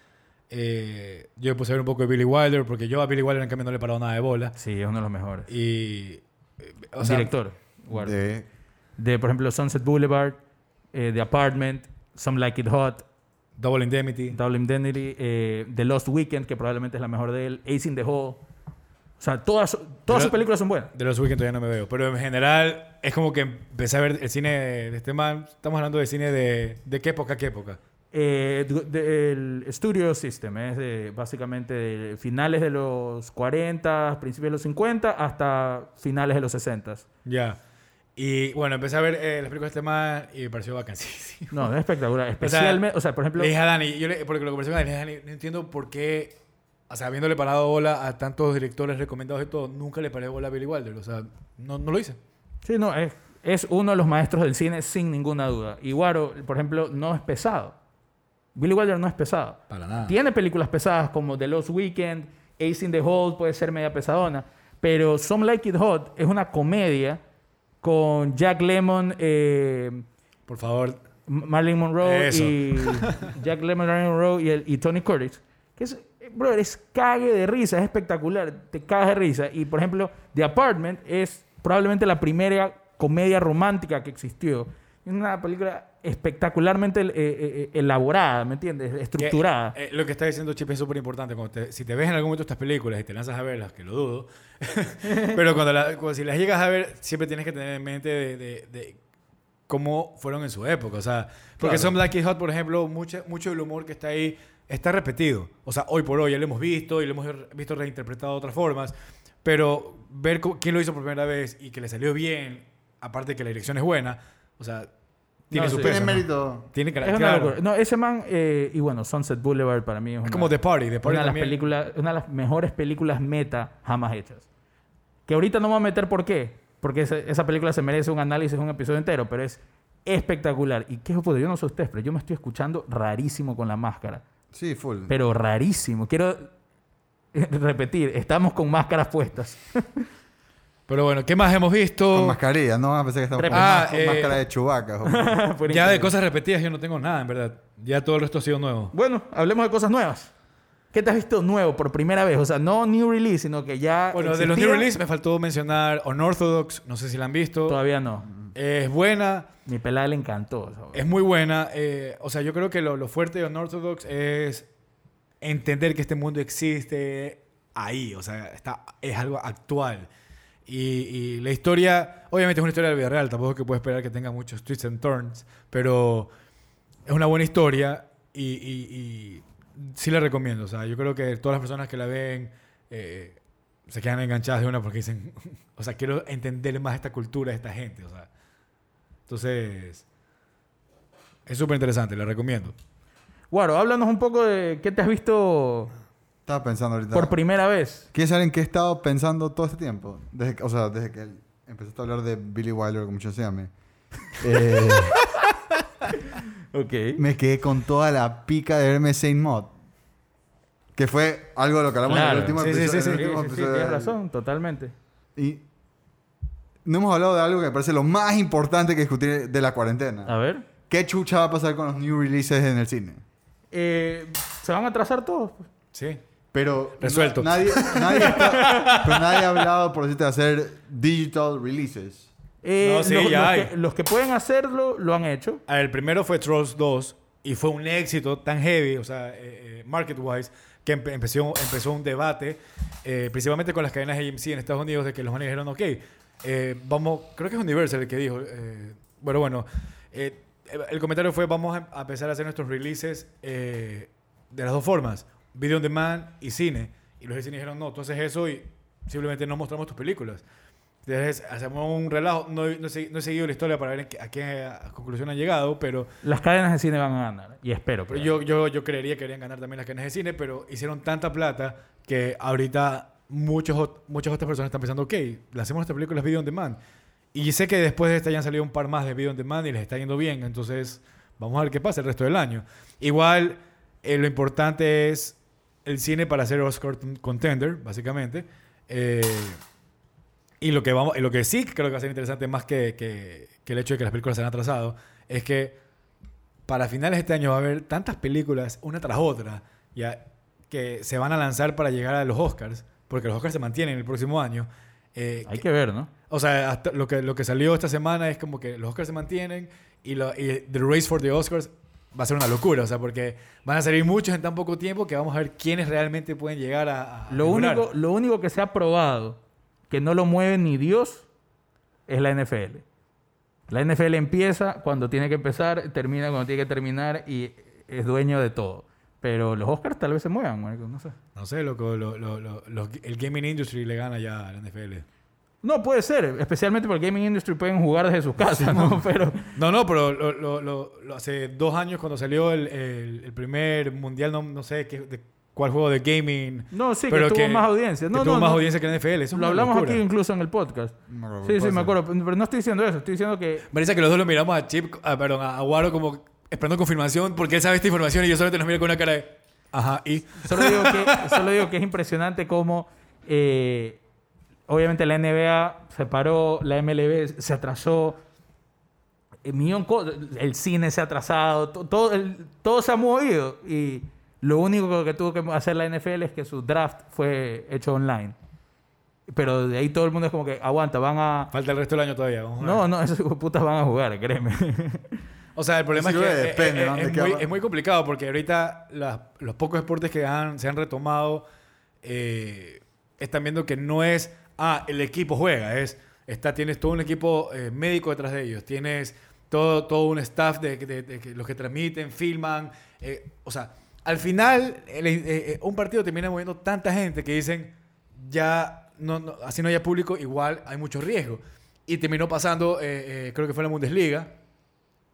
Speaker 3: eh, yo me puse a ver un poco de Billy Wilder, porque yo a Billy Wilder en cambio no le he parado nada de bola.
Speaker 2: Sí, es uno de los mejores.
Speaker 3: Y. eh, O sea,
Speaker 2: Director. Ward. De...
Speaker 1: De-
Speaker 2: por ejemplo, Sunset Boulevard, eh, The Apartment, Some Like It Hot,
Speaker 3: Double Indemnity.
Speaker 2: Double Indemnity, eh, The Lost Weekend, que probablemente es la mejor de él, Ace in the Hole. O sea, todas,
Speaker 3: Pero-
Speaker 2: todas sus películas son buenas.
Speaker 3: De los Weekend todavía no me veo. Pero en general, es como que empecé a ver el cine de, de este man. Estamos hablando de cine de. ¿De qué época a qué época?
Speaker 2: Eh, du- de- el Studio System eh, es de- básicamente de finales de los 40, principios de los 50 hasta finales de los 60.
Speaker 3: Ya. Y bueno, empecé a ver eh, las películas de este man y me pareció vacancísimo.
Speaker 2: No, es espectacular. Especialmente, o sea, por ejemplo,
Speaker 3: Le dije a Dani, yo le- porque lo conversé con Dani, le dije a Dani, no entiendo por qué, o sea, habiéndole parado bola a tantos directores recomendados y todo, nunca le paré bola a Billy Wilder. O sea, no, no lo hice.
Speaker 2: sí, no, es, es uno de los maestros del cine sin ninguna duda. Y Guaro, por ejemplo, no es pesado. Billy Wilder no es pesado.
Speaker 3: Para nada.
Speaker 2: Tiene películas pesadas como The Lost Weekend, Ace in the Hole puede ser media pesadona, pero Some Like It Hot es una comedia con Jack Lemmon, eh,
Speaker 3: Por favor.
Speaker 2: M- Marilyn Monroe
Speaker 3: Eso.
Speaker 2: y Jack Lemmon, Marilyn Monroe y, el- y Tony Curtis. Que es, brother, es cague de risa, es espectacular, te cagas de risa. Y por ejemplo, The Apartment es probablemente la primera comedia romántica que existió. Es una película espectacularmente eh, eh, elaborada, ¿me entiendes?
Speaker 3: que,
Speaker 2: Estructurada.
Speaker 3: eh, lo que está diciendo Chip es súper importante. Cuando te- Si te ves en algún momento estas películas y te lanzas a verlas, que lo dudo, pero cuando, la- cuando- si las llegas a ver, siempre tienes que tener en mente de, de- de cómo fueron en su época. O sea, porque
Speaker 2: Claro.
Speaker 3: son Black Hot, por ejemplo, mucho, mucho del humor que está ahí está repetido. O sea, hoy por hoy ya lo hemos visto y lo hemos re- visto reinterpretado de otras formas. Pero ver cómo- quién lo hizo por primera vez y que le salió bien, aparte de que la dirección es buena, o sea, tiene
Speaker 2: No,
Speaker 3: su
Speaker 2: sí.
Speaker 1: Tiene
Speaker 3: peso. ¿no?
Speaker 1: mérito.
Speaker 3: Tiene que
Speaker 2: Es una
Speaker 3: eh, claro.
Speaker 2: locura. No, ese man, eh, y bueno, Sunset Boulevard para mí es, una,
Speaker 3: Es como The Party. The Party
Speaker 2: una de las
Speaker 3: también.
Speaker 2: películas, una de las mejores películas meta jamás hechas. Que ahorita no me voy a meter por qué, porque esa, esa película se merece un análisis, un episodio entero, pero es espectacular. Y qué puto, yo no sé ustedes, pero yo me estoy escuchando rarísimo con la máscara.
Speaker 1: Sí, full.
Speaker 2: Pero rarísimo. Quiero repetir, estamos con máscaras puestas.
Speaker 3: Pero bueno, ¿qué más hemos
Speaker 1: Con
Speaker 3: visto?
Speaker 1: mascarilla, no vas a pensar que estamos con,
Speaker 2: Oh. Ah,
Speaker 1: más- con
Speaker 3: eh,
Speaker 1: máscara de chubaca.
Speaker 2: Por
Speaker 3: Ya de
Speaker 2: internet.
Speaker 3: cosas repetidas yo no tengo nada, en verdad. Ya todo el resto ha sido nuevo.
Speaker 2: Bueno, hablemos de cosas nuevas. ¿Qué te has visto nuevo por primera vez? O sea, no new release, sino que ya.
Speaker 3: Bueno, de los
Speaker 2: existía.
Speaker 3: New Release me faltó mencionar Unorthodox, no sé si la han visto.
Speaker 2: Todavía no.
Speaker 3: Es buena,
Speaker 2: Mi pelada le encantó. esa
Speaker 3: es muy buena. eh, o sea, yo creo que lo, lo fuerte de Unorthodox es entender que este mundo existe ahí. O sea, está, es algo actual. Y, y la historia, obviamente es una historia de la vida real, tampoco es que puedes esperar que tenga muchos twists and turns, pero es una buena historia y, y- y sí la recomiendo. O sea, yo creo que todas las personas que la ven eh, se quedan enganchadas de una porque dicen, o sea, quiero entender más esta cultura de esta gente. O sea, entonces es súper interesante, la recomiendo.
Speaker 2: Guaro, háblanos un poco de qué te has visto
Speaker 1: Estaba pensando ahorita.
Speaker 2: por primera vez.
Speaker 1: ¿Quién sabe en qué he estado pensando todo este tiempo? Desde, que- o sea, desde que él- empezaste a hablar de Billy Wilder, como yo se llame. Eh,
Speaker 2: Ok.
Speaker 1: me quedé con toda la pica de verme Saint Mod. Que fue algo de lo que hablamos en
Speaker 2: Claro.
Speaker 1: el último
Speaker 3: Sí, sí,
Speaker 1: episodio.
Speaker 3: sí,
Speaker 1: en
Speaker 3: pues, eh,
Speaker 1: el
Speaker 2: Sí, sí,
Speaker 1: último
Speaker 2: sí,
Speaker 1: episodio
Speaker 2: tienes
Speaker 1: del-
Speaker 2: razón, totalmente.
Speaker 1: Y no hemos hablado de algo que me parece lo más importante que discutir de la
Speaker 2: A
Speaker 1: cuarentena.
Speaker 2: ver.
Speaker 1: ¿Qué chucha va a pasar con los new releases en el cine?
Speaker 2: Eh, ¿Se van a atrasar todos? pues.
Speaker 3: Sí.
Speaker 1: Pero
Speaker 3: Resuelto.
Speaker 1: na- nadie, nadie, está- pero nadie ha hablado, por decirte, de hacer digital releases.
Speaker 2: Eh,
Speaker 3: No, sí,
Speaker 2: los,
Speaker 3: ya
Speaker 2: los
Speaker 3: hay.
Speaker 2: Que, los que pueden hacerlo, lo han hecho.
Speaker 3: A ver, el primero fue Trolls 2 y fue un éxito tan heavy, o sea, eh, eh, market-wise, que empe- empezó, empezó un debate, eh, principalmente con las cadenas AMC en Estados Unidos, de que los manes dijeron, ok, eh, vamos, creo que es Universal el que dijo, eh, bueno, bueno, eh, el comentario fue, vamos a, a empezar a hacer nuestros releases eh, de las dos formas, video on demand y cine. Y los de cine dijeron, no, tú haces eso y simplemente no mostramos tus películas. Entonces, hacemos un relajo. No, he- no he segui- no he seguido la historia para ver en qué- a qué conclusión han llegado, pero,
Speaker 2: Las cadenas de cine van a ganar. Y espero.
Speaker 3: pero
Speaker 2: pues.
Speaker 3: yo, yo, yo creería que deberían ganar también las cadenas de cine, pero hicieron tanta plata que ahorita muchos, ot- muchas otras personas están pensando, ok, le hacemos nuestras películas video on demand. Y sé que después de esta ya han salido un par más de video on demand y les está yendo bien. Entonces, vamos a ver qué pasa el resto del año. Igual, eh, lo importante es el cine para ser Oscar contender, básicamente. Eh, y lo que, vamos, lo que sí creo que va a ser interesante, más que, que- que el hecho de que las películas se han atrasado, es que para finales de este año va a haber tantas películas, una tras otra, ya, que se van a lanzar para llegar a los Oscars, porque los Oscars se mantienen el próximo año. Eh,
Speaker 2: Hay
Speaker 3: que-
Speaker 2: que ver, ¿no?
Speaker 3: o sea, hasta lo, que, lo que salió esta semana es como que los Oscars se mantienen y, lo- y The Race for the Oscars va a ser una locura, o sea, porque van a salir muchos en tan poco tiempo que vamos a ver quiénes realmente pueden llegar a... a
Speaker 2: Lo
Speaker 3: figurar.
Speaker 2: único, lo único que se ha probado que no lo mueve ni Dios es la NFL. La NFL empieza cuando tiene que empezar, termina cuando tiene que terminar y es dueño de todo. Pero los Oscars tal vez se muevan, marico, no sé.
Speaker 3: No sé, loco, lo- lo- lo- los- el gaming industry le gana ya al NFL.
Speaker 2: No, puede ser, especialmente porque el gaming industry pueden jugar desde sus casas, ¿no? Pero
Speaker 3: No, no, pero lo, lo- lo- lo- hace dos años cuando salió el, el- el primer mundial, no, no sé qué, de cuál juego de gaming.
Speaker 2: no, sí,
Speaker 3: pero
Speaker 2: que tuvo más audiencia. No,
Speaker 3: que tuvo
Speaker 2: no,
Speaker 3: más
Speaker 2: no.
Speaker 3: audiencia que el NFL. Eso es
Speaker 2: Lo
Speaker 3: una
Speaker 2: hablamos
Speaker 3: locura.
Speaker 2: aquí incluso en el podcast.
Speaker 1: No me
Speaker 2: Sí, sí,
Speaker 1: pasa.
Speaker 2: me acuerdo. Pero no estoy diciendo eso, estoy diciendo que
Speaker 3: Parece que los dos lo miramos a Chip, ah, perdón, a Guaro como esperando confirmación porque él sabe esta información y yo solamente nos miro con una cara de... Ajá, y...
Speaker 2: Solo digo que, solo digo que es impresionante cómo eh, obviamente la NBA se paró, la MLB se atrasó, eh, millón co- el cine se ha atrasado, to- todo, el- todo se ha movido y lo único que tuvo que hacer la NFL es que su draft fue hecho online. Pero de ahí todo el mundo es como que aguanta, van a...
Speaker 3: Falta el resto del año todavía. Vamos a ver.
Speaker 2: No, no, esos hijos de putas van a jugar, créeme.
Speaker 3: O sea, el problema
Speaker 1: Sí,
Speaker 3: es que
Speaker 1: güey,
Speaker 3: eh,
Speaker 1: depende,
Speaker 3: eh,
Speaker 1: ¿no? de
Speaker 3: es,
Speaker 1: qué
Speaker 3: muy,
Speaker 1: habla.
Speaker 3: es muy complicado porque ahorita las- los pocos deportes que han, se han retomado eh, están viendo que no es, ah, el equipo juega, es, está, tienes todo un equipo eh, médico detrás de ellos, tienes todo, todo un staff de, de- de que- los que transmiten, filman, eh, o sea, al final el- eh, eh, un partido termina moviendo tanta gente que dicen, ya, no, no- así no haya público, igual hay mucho riesgo. Y terminó pasando, eh, eh, creo que fue en la Bundesliga,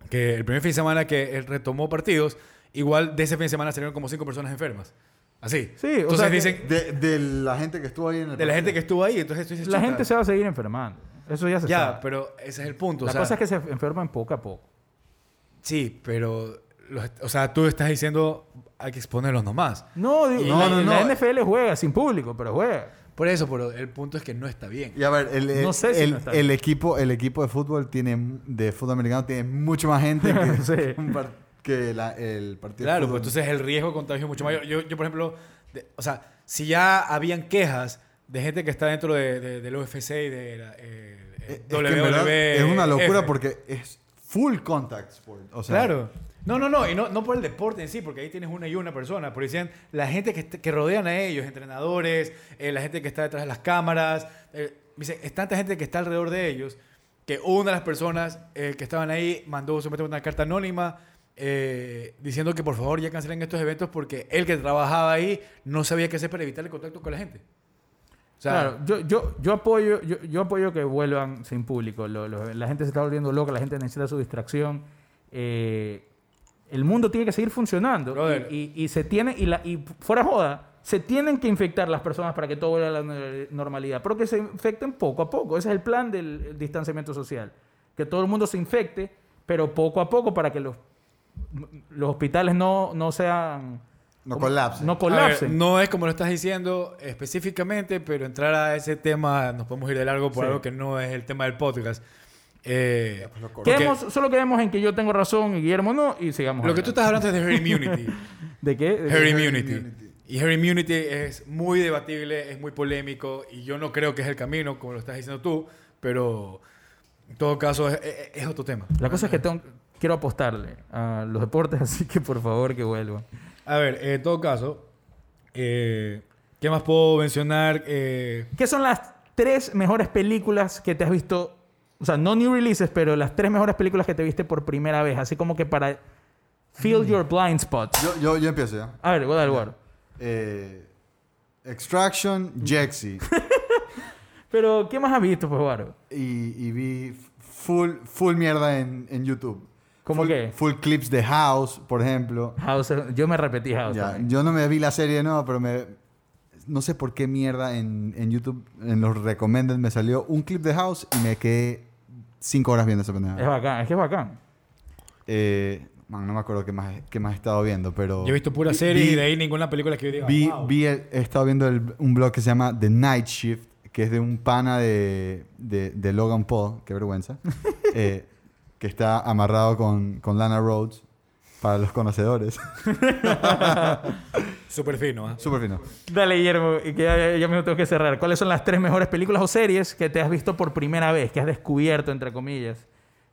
Speaker 3: que el primer fin de semana que él retomó partidos, igual de ese fin de semana salieron como cinco personas enfermas. Así.
Speaker 2: Sí, o
Speaker 3: entonces
Speaker 2: sea que-
Speaker 3: dicen
Speaker 1: De, de la gente que estuvo ahí en el
Speaker 3: de la gente que
Speaker 1: partido.
Speaker 3: estuvo ahí, entonces tú dices,
Speaker 2: la
Speaker 3: "Chuta,
Speaker 2: gente se va a seguir enfermando. Eso ya se
Speaker 3: ya,
Speaker 2: sabe.
Speaker 3: pero ese es el punto.
Speaker 2: la
Speaker 3: o sea,
Speaker 2: cosa es que se enferman poco a poco.
Speaker 3: sí, pero los- o sea, tú estás diciendo hay que exponerlos nomás.
Speaker 2: No, digo,
Speaker 3: Y
Speaker 2: no,
Speaker 3: la-
Speaker 2: no,
Speaker 3: y
Speaker 2: la
Speaker 1: no.
Speaker 2: NFL juega sin público, pero juega.
Speaker 3: Por eso, pero el punto es que no está bien.
Speaker 1: Y a ver, el, el-
Speaker 2: No sé si
Speaker 1: el-
Speaker 2: no está
Speaker 1: el equipo, el equipo de fútbol tiene de fútbol americano tiene mucho más gente que,
Speaker 2: Sí.
Speaker 1: un par- que la- el partido. de
Speaker 3: Claro,
Speaker 1: fútbol.
Speaker 3: pues entonces el riesgo de contagio es mucho mayor. Yo, yo por ejemplo, de- o sea, si ya habían quejas de gente que está dentro de, de- del UFC y de la, eh,
Speaker 1: es, es que en
Speaker 3: WWE,
Speaker 1: verdad es una locura
Speaker 3: F.
Speaker 1: porque es full contact sport. O sea,
Speaker 3: Claro. No, no, no, y no, no por el deporte en sí, porque ahí tienes una y una persona, pero decían la gente que, est- que rodean a ellos, entrenadores, eh, la gente que está detrás de las cámaras, eh, dicen, es tanta gente que está alrededor de ellos, que una de las personas eh, que estaban ahí mandó supuestamente una carta anónima eh, diciendo que por favor ya cancelen estos eventos porque él que trabajaba ahí no sabía qué hacer para evitar el contacto con la gente. O sea,
Speaker 2: claro, yo, yo, yo, apoyo, yo, yo apoyo que vuelvan sin público. Lo- lo- la gente se está volviendo loca, la gente necesita su distracción. Eh, el mundo tiene que seguir funcionando.
Speaker 3: Brother.
Speaker 2: Y, y- y se tiene, y, la, y fuera joda, se tienen que infectar las personas para que todo vuelva a la no- normalidad. Pero que se infecten poco a poco. Ese es el plan del el distanciamiento social. Que todo el mundo se infecte, pero poco a poco para que los, los hospitales no, no sean...
Speaker 1: No colapsen.
Speaker 2: No
Speaker 3: A ver,
Speaker 2: colapsen.
Speaker 3: no es como lo estás diciendo específicamente, pero entrar a ese tema nos podemos ir de largo por
Speaker 2: Sí.
Speaker 3: algo que no es el tema del podcast. Eh,
Speaker 1: pues lo corto.
Speaker 3: porque
Speaker 2: Quedemos- solo quedemos en que yo tengo razón y Guillermo no, y sigamos.
Speaker 3: lo que
Speaker 2: adelante.
Speaker 3: tú estás hablando es de herd immunity.
Speaker 2: ¿De qué? ¿De qué? Eh,
Speaker 3: herd
Speaker 1: herd
Speaker 3: immunity.
Speaker 1: immunity.
Speaker 3: Y herd immunity es muy debatible, es muy polémico, y yo no creo que es el camino, como lo estás diciendo tú, pero en todo caso es, es- es otro tema.
Speaker 2: La cosa es que tengo- quiero apostarle a los deportes, así que por favor que vuelvan.
Speaker 3: A ver, eh, en todo caso, eh, ¿qué más puedo mencionar? Eh,
Speaker 2: ¿Qué son las tres mejores películas que te has visto? O sea, no new releases, pero las tres mejores películas que te viste por primera vez, así como que para fill your blind spots.
Speaker 1: Yo, yo, yo empiezo Mm. ya.
Speaker 2: A ver, voy a dar lugar.
Speaker 1: Eh, Extraction, Jexy.
Speaker 2: Pero, ¿qué más has visto, pues, Baro?
Speaker 1: y, y vi full, full mierda en, en YouTube.
Speaker 2: ¿Cómo
Speaker 1: full,
Speaker 2: qué?
Speaker 1: Full clips de House, por ejemplo.
Speaker 2: House, yo me repetí House.
Speaker 1: Ya,
Speaker 2: también.
Speaker 1: yo no me vi la serie, no, pero me... no sé por qué mierda en, en YouTube, en los recommended, me salió un clip de House y me quedé cinco horas viendo esa
Speaker 2: Es
Speaker 1: pendeja.
Speaker 2: bacán, es que es bacán.
Speaker 1: Eh, man, no me acuerdo qué más, qué más he estado viendo, pero...
Speaker 3: Yo he visto pura serie
Speaker 1: vi-
Speaker 3: y de ahí ninguna película que yo diga.
Speaker 1: Vi,
Speaker 3: "Wow".
Speaker 1: vi el- he estado viendo el- un blog que se llama The Night Shift, que es de un pana de, de, de Logan Paul, qué vergüenza, eh, que está amarrado con, con Lana Rhodes, para los conocedores.
Speaker 3: Súper fino, ¿ah?
Speaker 1: Súper fino.
Speaker 2: Dale, Guillermo, y que ya, ya- ya mismo tengo que cerrar. ¿Cuáles son las tres mejores películas o series que te has visto por primera vez, que has descubierto, entre comillas,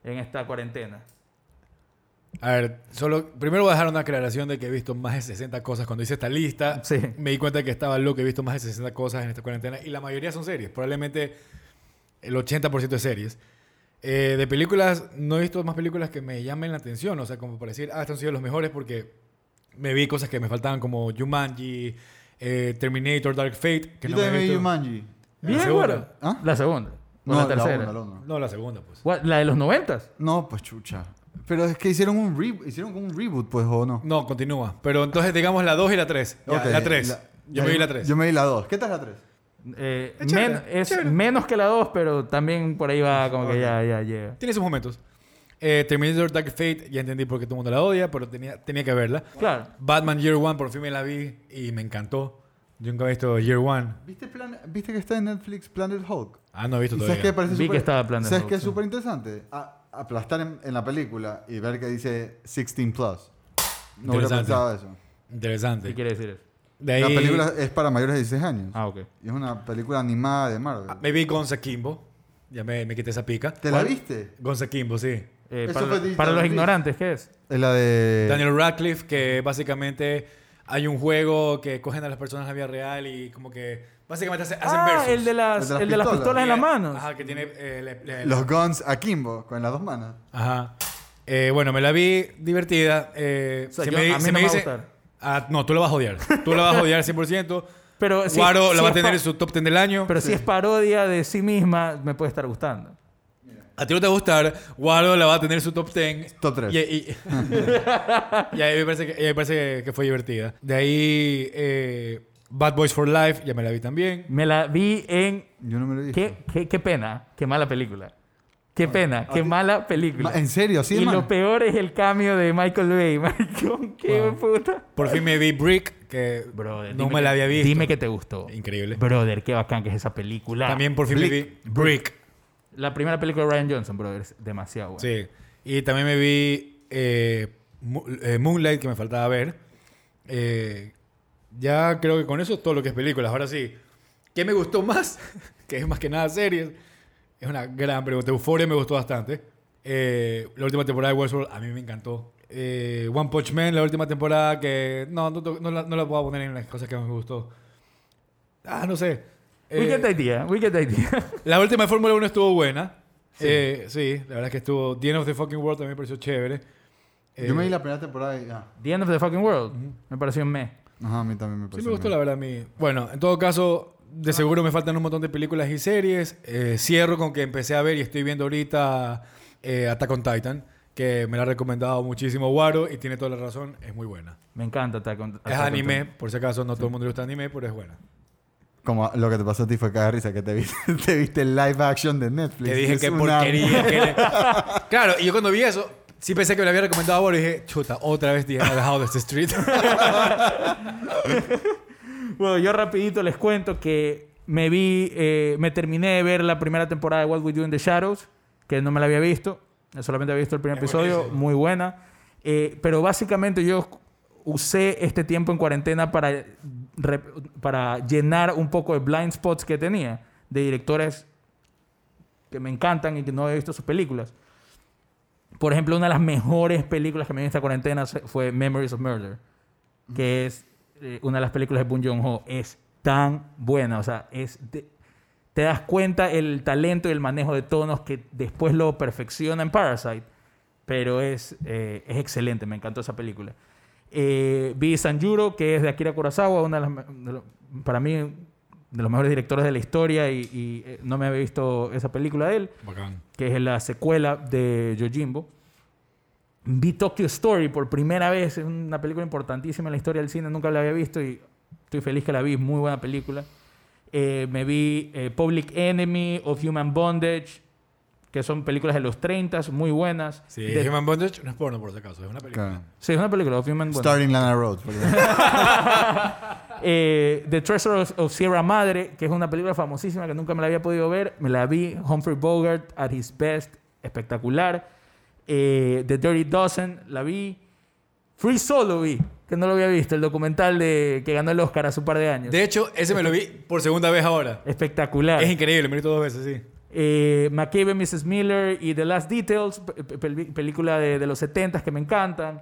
Speaker 2: en esta cuarentena?
Speaker 3: A ver, solo primero voy a dejar una aclaración de que he visto más de 60 cosas. Cuando hice esta lista,
Speaker 2: Sí.
Speaker 3: me di cuenta que estaba loco, he visto más de 60 cosas en esta cuarentena y la mayoría son series, probablemente el 80% de series. Eh, de películas, no he visto más películas que me llamen la atención, o sea, como para decir, ah, estos han sido los mejores porque me vi cosas que me faltaban como Jumanji, eh, Terminator, Dark Fate, que
Speaker 1: Yo
Speaker 3: no me he
Speaker 1: también vi
Speaker 3: visto.
Speaker 1: Jumanji.
Speaker 3: La
Speaker 2: Bien,
Speaker 3: segunda.
Speaker 2: bueno.
Speaker 1: ¿Ah?
Speaker 2: La segunda. O
Speaker 1: No,
Speaker 2: la
Speaker 1: la
Speaker 2: tercera.
Speaker 1: uno, la uno.
Speaker 3: No, la segunda, pues.
Speaker 2: Gua- la de los noventas.
Speaker 1: No, pues chucha. Pero es que hicieron un, re- hicieron como un reboot, pues, ¿o no?
Speaker 3: No, continúa. Pero entonces digamos la 2 y la 3.
Speaker 1: Ok,
Speaker 3: la 3.
Speaker 1: ya,
Speaker 3: yo me vi la 3.
Speaker 1: Yo me vi la 2. ¿Qué tal la 3?
Speaker 2: Eh,
Speaker 3: Es chévere,
Speaker 2: men- es
Speaker 3: chévere.
Speaker 2: menos que la dos, pero también por ahí va como que
Speaker 1: Ok.
Speaker 2: ya, ya llega.
Speaker 3: Tiene sus momentos. Eh, Terminator Dark Fate, ya entendí por qué todo el mundo la odia, pero tenía, tenía que verla.
Speaker 2: Claro.
Speaker 3: Batman Year One, por fin me la vi y me encantó. Yo nunca he visto Year One.
Speaker 1: ¿Viste, plan- ¿Viste que está en Netflix Planet Hulk?
Speaker 3: Ah, no he visto
Speaker 1: ¿Y ¿Sabes
Speaker 3: todavía.
Speaker 1: qué parece
Speaker 2: Vi que
Speaker 1: súper-
Speaker 2: estaba Planet
Speaker 1: ¿Sabes
Speaker 2: Hulk,
Speaker 1: qué es
Speaker 2: sí.
Speaker 1: súper interesante? A- Aplastar en, en la película y ver que dice 16 plus. No hubiera
Speaker 3: Interesante.
Speaker 1: pensado eso.
Speaker 2: ¿Qué
Speaker 3: Interesante.
Speaker 2: quiere decir eso?
Speaker 3: De ahí
Speaker 1: La película es para mayores de 16 años.
Speaker 2: Ah, ok.
Speaker 1: Y es una película animada de Marvel.
Speaker 3: Ah, me vi Gonza Kimbo. Ya me, me quité esa pica.
Speaker 1: ¿Te la viste?
Speaker 3: Gonza Kimbo, sí.
Speaker 2: Eh,
Speaker 1: Eso
Speaker 2: para,
Speaker 1: fue
Speaker 2: lo-
Speaker 1: Digital
Speaker 2: para los
Speaker 1: Release.
Speaker 2: ignorantes, ¿qué es?
Speaker 1: Es la de...
Speaker 3: Daniel Radcliffe, que básicamente hay un juego que cogen a las personas en la vida real y como que básicamente hace- hacen
Speaker 2: ah,
Speaker 3: versus.
Speaker 2: el de las,
Speaker 1: El de las
Speaker 2: el de las
Speaker 1: pistolas.
Speaker 2: pistolas en las manos.
Speaker 3: Ajá, que tiene... eh, le- le-
Speaker 1: Los Guns a Kimbo, con las dos manos.
Speaker 3: Ajá. Eh, bueno, me la vi divertida. Eh,
Speaker 2: O sea,
Speaker 3: si
Speaker 2: yo-
Speaker 3: me, di-
Speaker 2: a mí
Speaker 3: si
Speaker 2: no
Speaker 3: me
Speaker 2: me va a
Speaker 3: dice,
Speaker 2: gustar.
Speaker 3: Ah, no, tú la vas a odiar. Tú la vas a odiar 100%.
Speaker 2: Pero si-
Speaker 3: Guaro la
Speaker 2: si
Speaker 3: va a
Speaker 2: es
Speaker 3: tener
Speaker 2: pa-
Speaker 3: en su top 10 del año.
Speaker 2: Pero si es parodia de sí misma, me puede estar gustando.
Speaker 3: A ti no te va a gustar. Guaro la va a tener en su top 10.
Speaker 1: Top 3.
Speaker 3: Y, y- y ahí me parece, que, y ahí me parece que fue divertida. De ahí, eh, Bad Boys for Life, ya me la vi también.
Speaker 2: Me la vi en
Speaker 1: Yo no me lo he visto.
Speaker 2: Qué, qué, qué pena, qué mala película. Qué pena, qué mala película.
Speaker 1: Ma- ¿En serio? ¿Sí,
Speaker 2: y
Speaker 1: hermano?
Speaker 2: lo peor es el cambio de Michael Bay. Michael, qué puta.
Speaker 3: Por fin me vi Brick, que
Speaker 2: Brother,
Speaker 3: no
Speaker 2: dime
Speaker 3: me la
Speaker 2: que-
Speaker 3: había visto.
Speaker 2: Dime que te gustó.
Speaker 3: Increíble.
Speaker 2: Brother, qué bacán que es esa película.
Speaker 3: También por fin me vi
Speaker 1: Blick.
Speaker 3: Brick.
Speaker 2: La primera película de Ryan Johnson, brother, es demasiado buena.
Speaker 3: Sí. Y también me vi eh, Mo- eh, Moonlight, que me faltaba ver. Eh, ya creo que con eso es todo lo que es películas. Ahora sí, ¿qué me gustó más? que es más que nada series. Es una gran pregunta. Euphoria me gustó bastante. Eh, la última temporada de Westworld a mí me encantó. Eh, One Punch Man, la última temporada que... No, no, no la, no la puedo poner en las cosas que más me gustó. Ah, no sé. Eh,
Speaker 2: Weekend Idea, Weekend Idea.
Speaker 3: la última de Fórmula 1 estuvo buena. Eh, sí, la verdad es que estuvo. The End of the Fucking World también me pareció chévere. Eh,
Speaker 1: Yo me vi la primera temporada y... ah.
Speaker 2: The End of the Fucking World. Me pareció un mes.
Speaker 1: Ajá, a mí también me
Speaker 3: Sí,
Speaker 1: pareció.
Speaker 3: me gustó,
Speaker 1: bien.
Speaker 3: la verdad, a mí. Bueno, en todo caso, de seguro me faltan un montón de películas y series. Eh, cierro con que empecé a ver y estoy viendo ahorita eh, Attack on Titan, que me la ha recomendado muchísimo Waro y tiene toda la razón, es muy buena.
Speaker 2: Me encanta. Attack on-
Speaker 3: Es
Speaker 2: Attack on
Speaker 3: anime,
Speaker 2: Titan.
Speaker 3: por si acaso no todo el mundo le gusta anime, pero es buena.
Speaker 1: Como lo que te pasó a ti fue cagar risa, que te viste, te viste el live action de Netflix.
Speaker 3: Te dije
Speaker 1: Es
Speaker 3: que
Speaker 1: una-
Speaker 3: porquería. que le- Claro, y yo cuando vi eso, sí pensé que me lo había recomendado a Waro y dije, chuta, otra vez The House of the Street.
Speaker 2: Bueno, yo rapidito les cuento que me vi, eh, me terminé de ver la primera temporada de What We Do in the Shadows, que no me la había visto, solamente había visto el primer
Speaker 3: Es
Speaker 2: episodio,
Speaker 3: buenísimo.
Speaker 2: muy buena. Eh, pero básicamente yo usé este tiempo en cuarentena para, re- para llenar un poco de blind spots que tenía de directores que me encantan y que no había visto sus películas. Por ejemplo, una de las mejores películas que me vi en esta cuarentena se- fue Memories of Murder, que es eh, una de las películas de Boon Joon-ho. Es tan buena, o sea, es de- te das cuenta el talento y el manejo de tonos que después lo perfecciona en Parasite, pero es, eh, es excelente, me encantó esa película. Eh, vi Sanjuro, que es de Akira Kurosawa, una de las, me- de lo- para mí de los mejores directores de la historia y, y, eh, no me había visto esa película de él
Speaker 3: Bacán.
Speaker 2: que es la secuela de Yojimbo. Vi Tokyo Story por primera vez, es una película importantísima en la historia del cine, nunca la había visto y Estoy feliz que la vi, es muy buena película. Eh, me vi eh, Public Enemy, Of Human Bondage, que son películas de los 30, muy buenas.
Speaker 3: Sí,
Speaker 2: De-
Speaker 3: Human Bondage no es porno, por si acaso. Es una película.
Speaker 1: Claro.
Speaker 2: sí, es una película, Of Human Bondage.
Speaker 1: Starting Lana Rhodes. por ejemplo.
Speaker 2: Eh, The Treasure of, of Sierra Madre, que es una película famosísima que nunca me la había podido ver. Me la vi. Humphrey Bogart at his best, espectacular. Eh, The Dirty Dozen, la vi. Free Solo vi, que no lo había visto, el documental de que ganó el Oscar hace un par de años.
Speaker 3: De hecho, ese me lo vi por segunda vez ahora.
Speaker 2: espectacular.
Speaker 3: Es increíble, me lo vi dos veces, sí.
Speaker 2: Eh, McCabe, Mrs. Miller y The Last Details, pe- pe- pel- película de, de los 70 que me encantan.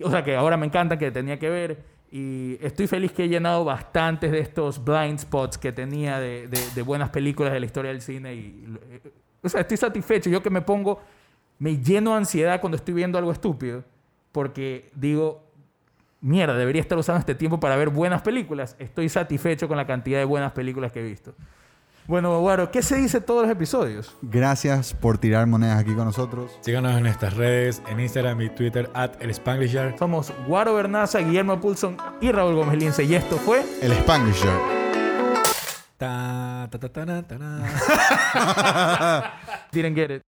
Speaker 2: O sea, que ahora me encantan, que tenía que ver. Y estoy feliz que he llenado bastantes de estos blind spots que tenía de, de- de buenas películas de la historia del cine. Y, lo- eh, o sea, estoy satisfecho. Yo que me pongo, me lleno de ansiedad cuando estoy viendo algo estúpido. Porque digo, mierda, debería estar usando este tiempo para ver buenas películas. Estoy satisfecho con la cantidad de buenas películas que he visto. Bueno, Guaro, ¿qué se dice todos los episodios?
Speaker 1: Gracias por tirar monedas aquí con nosotros.
Speaker 3: Síganos en nuestras redes, en Instagram y Twitter, at el Spanglish Jar.
Speaker 2: Somos Guaro Bernaza, Guillermo Pulson y Raúl Gómez Lince. Y esto fue
Speaker 1: El Spanglish Jar.
Speaker 3: Ta, ta, ta, ta, na, ta, na.
Speaker 2: Didn't Get It.